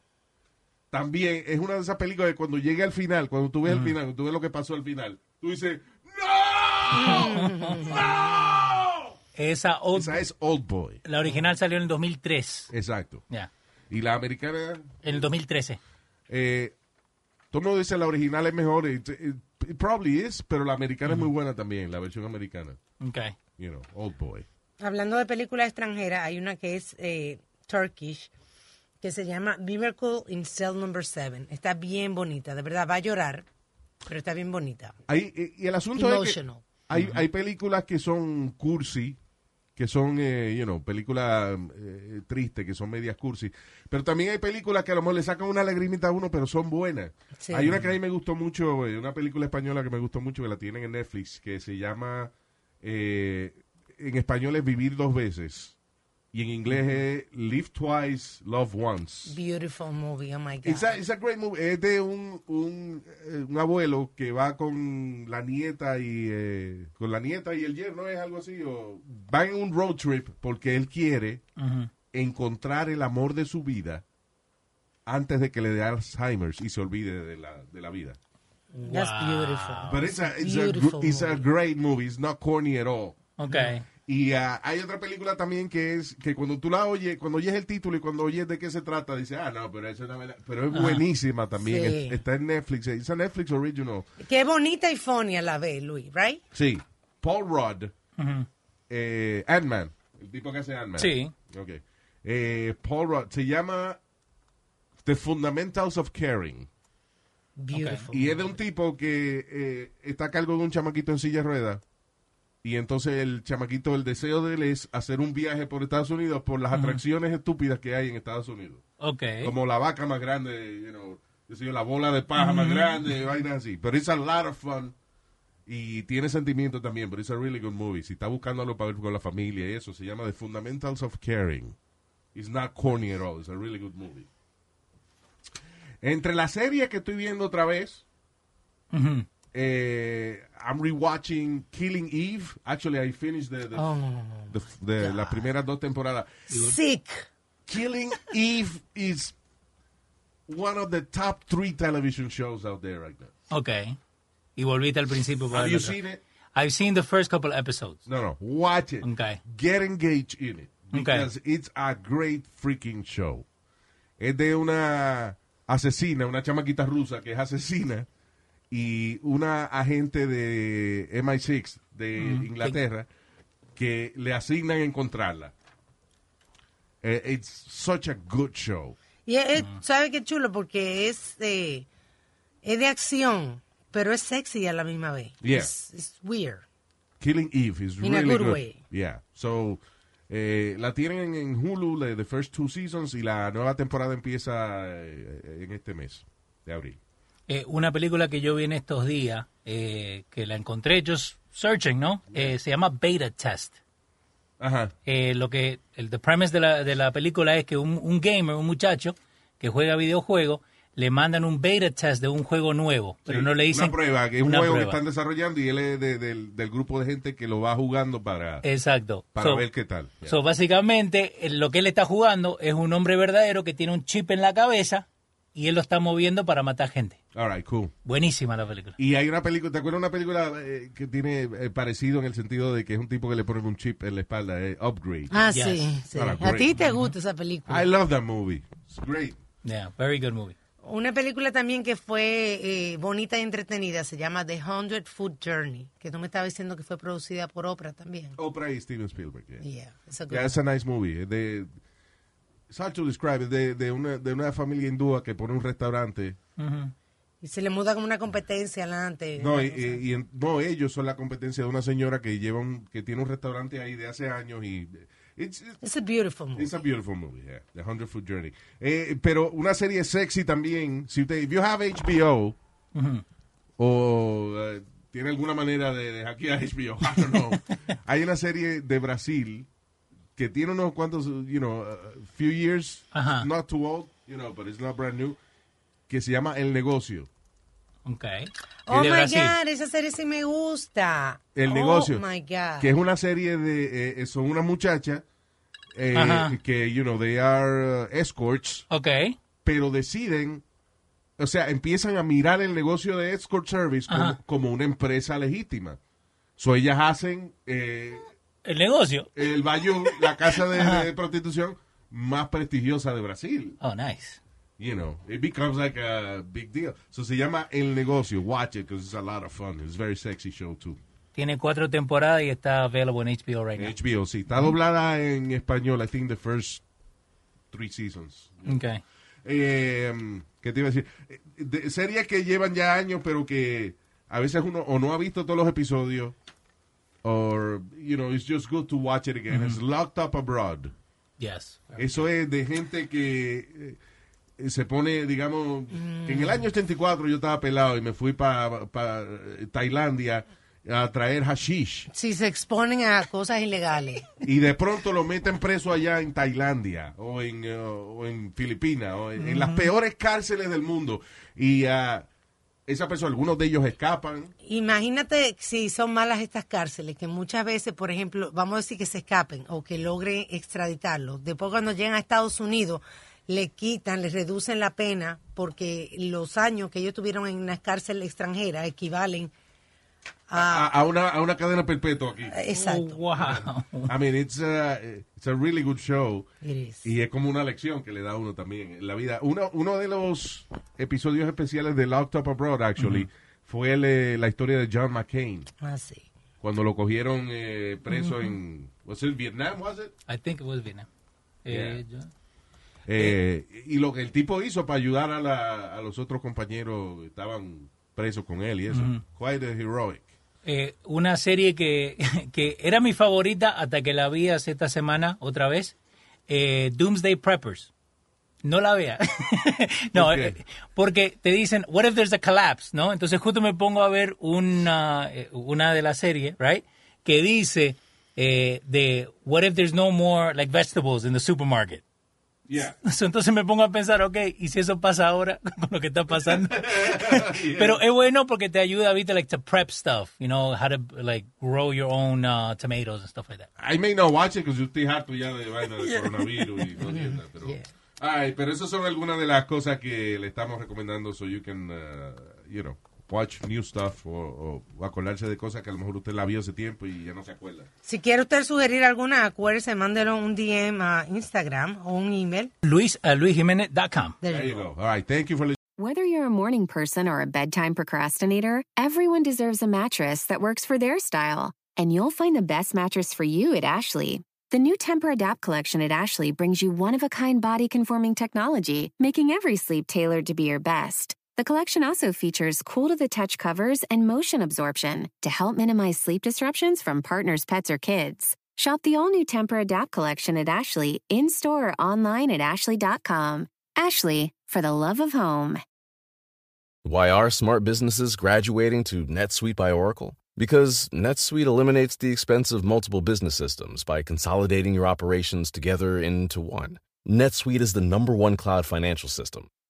Speaker 4: también es una de esas películas que cuando llega al final, cuando tú ves el final, cuando tú ves lo que pasó al final, tú dices, ¡No! ¡No!
Speaker 1: Esa old
Speaker 4: Esa es Old Boy.
Speaker 1: La original salió en el 2003.
Speaker 4: Exacto.
Speaker 1: Ya.
Speaker 4: Y la americana,
Speaker 1: En el 2013.
Speaker 4: eh, todo el mundo dice la original es mejor. It, it- it probably is, pero la americana es muy buena también, la versión americana.
Speaker 1: Ok.
Speaker 4: You know, Old Boy.
Speaker 3: Hablando de películas extranjeras, hay una que es eh, Turkish, que se llama Miracle in Cell Number 7. Está bien bonita, de verdad, va a llorar, pero está bien bonita.
Speaker 4: Ahí, eh, y el asunto es
Speaker 3: Emotional.
Speaker 4: que hay, hay películas que son cursi, que son, eh, you know, películas eh, tristes, que son medias cursi. Pero también hay películas que a lo mejor le sacan una lagrimita a uno, pero son buenas.
Speaker 3: Sí.
Speaker 4: Hay una que a mí me gustó mucho, eh, una película española que me gustó mucho, que la tienen en Netflix, que se llama, eh, en español es Vivir dos veces. Y en inglés es Live Twice, Love Once.
Speaker 3: Beautiful movie, oh my God.
Speaker 4: It's a, it's a great movie. Es de un, un, eh, un abuelo que va con la nieta y eh, con la nieta y el yerno es algo así. O van en un road trip porque él quiere encontrar el amor de su vida antes de que le dé Alzheimer y se olvide de la, de la vida.
Speaker 3: That's beautiful.
Speaker 4: Pero it's a, it's a
Speaker 3: Ah. Beautiful
Speaker 4: gr- it's a
Speaker 3: movie.
Speaker 4: great movie. It's not corny at all.
Speaker 1: Ok.
Speaker 4: Y ah, hay otra película también que es que cuando tú la oyes, cuando oyes el título y cuando oyes de qué se trata, dices, ah, no, pero eso es una vela- Pero es buenísima también.
Speaker 3: Sí.
Speaker 4: Es- está en Netflix. Es a Netflix original.
Speaker 3: Qué bonita y funny a la vez, Luis, ¿right?
Speaker 4: Sí. Paul Rudd, eh, Ant-Man, el tipo que hace Ant-Man.
Speaker 1: Sí.
Speaker 4: Ok. Eh, Paul Rudd se llama The Fundamentals of Caring.
Speaker 3: Beautiful.
Speaker 4: Y es de un tipo que eh, está a cargo de un chamaquito en silla de ruedas. Y entonces el chamaquito, el deseo de él es hacer un viaje por Estados Unidos por las atracciones estúpidas que hay en Estados Unidos.
Speaker 1: Ok.
Speaker 4: Como la vaca más grande, you know, qué sé yo, la bola de paja más grande, vainas así. Pero it's a lot of fun. Y tiene sentimiento también, pero it's a really good movie. Si está buscándolo para ver con la familia y eso, se llama The Fundamentals of Caring. It's not corny at all. It's a really good movie. Entre la serie que estoy viendo otra vez,
Speaker 1: Ujú.
Speaker 4: eh, I'm rewatching Killing Eve. Actually, I finished the, the,
Speaker 3: Oh, no, no, no.
Speaker 4: the- the- las primeras dos temporadas.
Speaker 3: Sick.
Speaker 4: Killing Eve is one of the top three television shows out there right now.
Speaker 1: Ok. Y volviste al principio. para
Speaker 4: Have
Speaker 1: ver
Speaker 4: you
Speaker 1: otra.
Speaker 4: seen it?
Speaker 1: I've seen the first couple episodes.
Speaker 4: No, no. Watch it.
Speaker 1: Okay.
Speaker 4: Get engaged in it.
Speaker 1: Okay.
Speaker 4: Because it's a great freaking show. Es de una asesina, una chamaquita rusa que es asesina y una agente de MI6 de
Speaker 1: Mm-hmm.
Speaker 4: Inglaterra que le asignan encontrarla. Eh, it's such a good show.
Speaker 3: Y es, es- ¿sabe qué chulo? Porque es, eh, es de acción, pero es sexy a la misma vez.
Speaker 4: Yeah.
Speaker 3: Es, es weird.
Speaker 4: Killing Eve is
Speaker 3: In a
Speaker 4: really
Speaker 3: good way.
Speaker 4: Yeah. So, eh, la tienen en Hulu, la- the first two seasons, y la nueva temporada empieza eh, en este mes de abril.
Speaker 1: Eh, una película que yo vi en estos días, eh, que la encontré just searching, ¿no? Eh, se llama Beta Test.
Speaker 4: Ajá.
Speaker 1: Eh, lo que el the premise de la, de la película es que un, un gamer, un muchacho que juega videojuegos, le mandan un beta test de un juego nuevo, pero
Speaker 4: Sí,
Speaker 1: no le dicen
Speaker 4: Una prueba, que es un
Speaker 1: una
Speaker 4: juego
Speaker 1: prueba.
Speaker 4: que están desarrollando y él es de- del, del grupo de gente que lo va jugando para,
Speaker 1: Exacto.
Speaker 4: para
Speaker 1: Eh, So-
Speaker 4: ver qué tal. Yeah.
Speaker 1: So, básicamente, eh, lo que él está jugando es un hombre verdadero que tiene un chip en la cabeza y él lo está moviendo para matar gente.
Speaker 4: All right, cool.
Speaker 1: Buenísima la película.
Speaker 4: Y hay una película, ¿te acuerdas una película eh, que tiene eh, parecido en el sentido de que es un tipo que le ponen un chip en la espalda, eh, Upgrade?
Speaker 3: Ah,
Speaker 1: Yes.
Speaker 3: sí, sí.
Speaker 4: Ahora,
Speaker 3: A ti
Speaker 4: great.
Speaker 3: te gusta esa película.
Speaker 4: I love that movie. It's great.
Speaker 1: Yeah, very good movie.
Speaker 3: Una película también que fue eh, bonita y entretenida se llama The Hundred Foot Journey, que tú me estabas diciendo que fue producida por Oprah también.
Speaker 4: Oprah y Steven Spielberg. Yeah,
Speaker 3: Yeah, it's a good
Speaker 4: Yeah, it's a nice movie. Eh, De, it's hard to describe. Es De, de, una, de una familia hindúa que pone un restaurante.
Speaker 1: Ujú.
Speaker 3: Y se le muda como una competencia adelante.
Speaker 4: No, y, y- y en- no, ellos son la competencia de una señora que lleva un, que tiene un restaurante ahí de hace años y it's,
Speaker 3: It's a beautiful movie.
Speaker 4: it's a beautiful movie, yeah, The Hundred Foot Journey. Eh, pero una serie sexy también, si usted, if you have HBO
Speaker 3: Mm-hmm.
Speaker 1: Ujú.
Speaker 4: o eh, tiene alguna manera de, de hackear HBO, I don't know. Hay una serie de Brasil que tiene unos cuantos, you know, a few years,
Speaker 1: Ajá.
Speaker 4: not too old, you know, but it's not brand new, que se llama El Negocio.
Speaker 1: Ok.
Speaker 3: Oh
Speaker 1: Es
Speaker 3: my
Speaker 1: de Brasil.
Speaker 3: God, esa serie sí me gusta.
Speaker 4: El
Speaker 3: Oh,
Speaker 4: negocio.
Speaker 3: my God.
Speaker 4: Que es una serie de. eh, eh, son una muchacha eh,
Speaker 1: Ajá.
Speaker 4: que, you know, they are uh, escorts,
Speaker 1: Ok.
Speaker 4: pero deciden. O sea, empiezan a mirar el negocio de escort service como,
Speaker 1: Ajá.
Speaker 4: como una empresa legítima. So ellas hacen eh,
Speaker 1: El negocio.
Speaker 4: el Bayou, la casa de, de prostitución más prestigiosa de Brasil.
Speaker 1: Oh, nice.
Speaker 4: You know, it becomes like a big deal. So se llama El Negocio. Watch it, because it's a lot of fun. It's a very sexy show, too.
Speaker 1: Tiene cuatro temporadas y está available en HBO right now.
Speaker 4: HBO, sí. Está doblada en español, I think the first three seasons.
Speaker 1: Ok.
Speaker 4: Eh, ¿Qué te iba a decir? Eh, de- series que llevan ya años, pero que a veces uno o no ha visto todos los episodios, o, you know, it's just good to watch it again. It's Locked Up Abroad.
Speaker 1: Yes.
Speaker 4: Eso es de gente que eh, se pone, digamos, que en el año 84 yo estaba pelado y me fui para Tailandia a traer hashish.
Speaker 3: Si se exponen a cosas ilegales.
Speaker 4: y de pronto lo meten preso allá en Tailandia o en, eh, o en Filipinas o en, en las peores cárceles del mundo. Y ah, esa persona, algunos de ellos escapan.
Speaker 3: Imagínate si son malas estas cárceles, que muchas veces, por ejemplo, vamos a decir que se escapen o que logren extraditarlos. Después cuando llegan a Estados Unidos, le quitan, les reducen la pena porque los años que ellos tuvieron en una cárcel extranjera equivalen
Speaker 4: A,
Speaker 3: a...
Speaker 4: a una, a una cadena perpetua aquí.
Speaker 1: Oh,
Speaker 3: Exacto.
Speaker 1: wow.
Speaker 4: I mean, it's a, it's a really good show.
Speaker 3: It is.
Speaker 4: Y es como una lección que le da a uno también en la vida. Uno, uno de los episodios especiales de Locked Up Abroad, actually, fue el, eh, la historia de John McCain.
Speaker 3: Así.
Speaker 4: Cuando lo cogieron eh, preso en... ¿Was it Vietnam, was it?
Speaker 1: I think it was Vietnam. Eh, yo-
Speaker 4: Eh, y lo que el tipo hizo para ayudar a, la- a los otros compañeros que estaban presos con él y eso. Quite heroic.
Speaker 1: Eh, una serie que, que era mi favorita hasta que la vi hace esta semana otra vez, eh, Doomsday Preppers. No la vea. no,
Speaker 4: ¿Por qué?
Speaker 1: eh, porque te dicen, what if there's a collapse, ¿no? Entonces justo me pongo a ver una, eh, una de las series, right? Que dice eh, de, what if there's no more like vegetables in the supermarket.
Speaker 4: Yeah.
Speaker 1: So, Entonces me pongo a pensar, ok, ¿y si eso pasa ahora con lo que está pasando? Pero es bueno porque te ayuda, viste, like to prep stuff, you know, how to like grow your own uh, tomatoes and stuff like that.
Speaker 4: I may not watch it because yo estoy harto ya de vaina de coronavirus y cosas de esas, pero... Ay, pero esas son algunas de las cosas que le estamos recomendando so you can, uh, you know, watch new stuff o, o acordarse de cosas que a lo mejor usted la vio hace tiempo y ya no se acuerda.
Speaker 3: Si quiere usted sugerir alguna, acuérdese, mándelo un DM a Instagram o un email.
Speaker 1: Luis, uh, luisjimenez.com.
Speaker 4: There you go. All right, thank you for
Speaker 8: Whether you're a morning person or a bedtime procrastinator, everyone deserves a mattress that works for their style. And you'll find the best mattress for you at Ashley. The new Temper Adapt collection at Ashley brings you one of a kind body conforming technology, making every sleep tailored to be your best. The collection also features cool to the touch covers and motion absorption to help minimize sleep disruptions from partners, pets, or kids. Shop the all new Temper Adapt collection at Ashley in store or online at ashley.com. Ashley, for the love of home.
Speaker 6: Why are smart businesses graduating to NetSuite by Oracle? Because NetSuite eliminates the expense of multiple business systems by consolidating your operations together into one. NetSuite is the number one cloud financial system,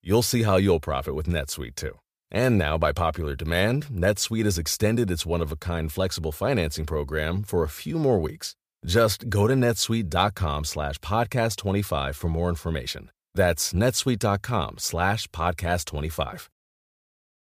Speaker 6: You'll see how you'll profit with NetSuite too. And now, by popular demand, NetSuite has extended its one of a kind flexible financing program for a few more weeks. Just go to netsuite.com slash podcast 25 for more information. That's netsuite.com slash podcast 25.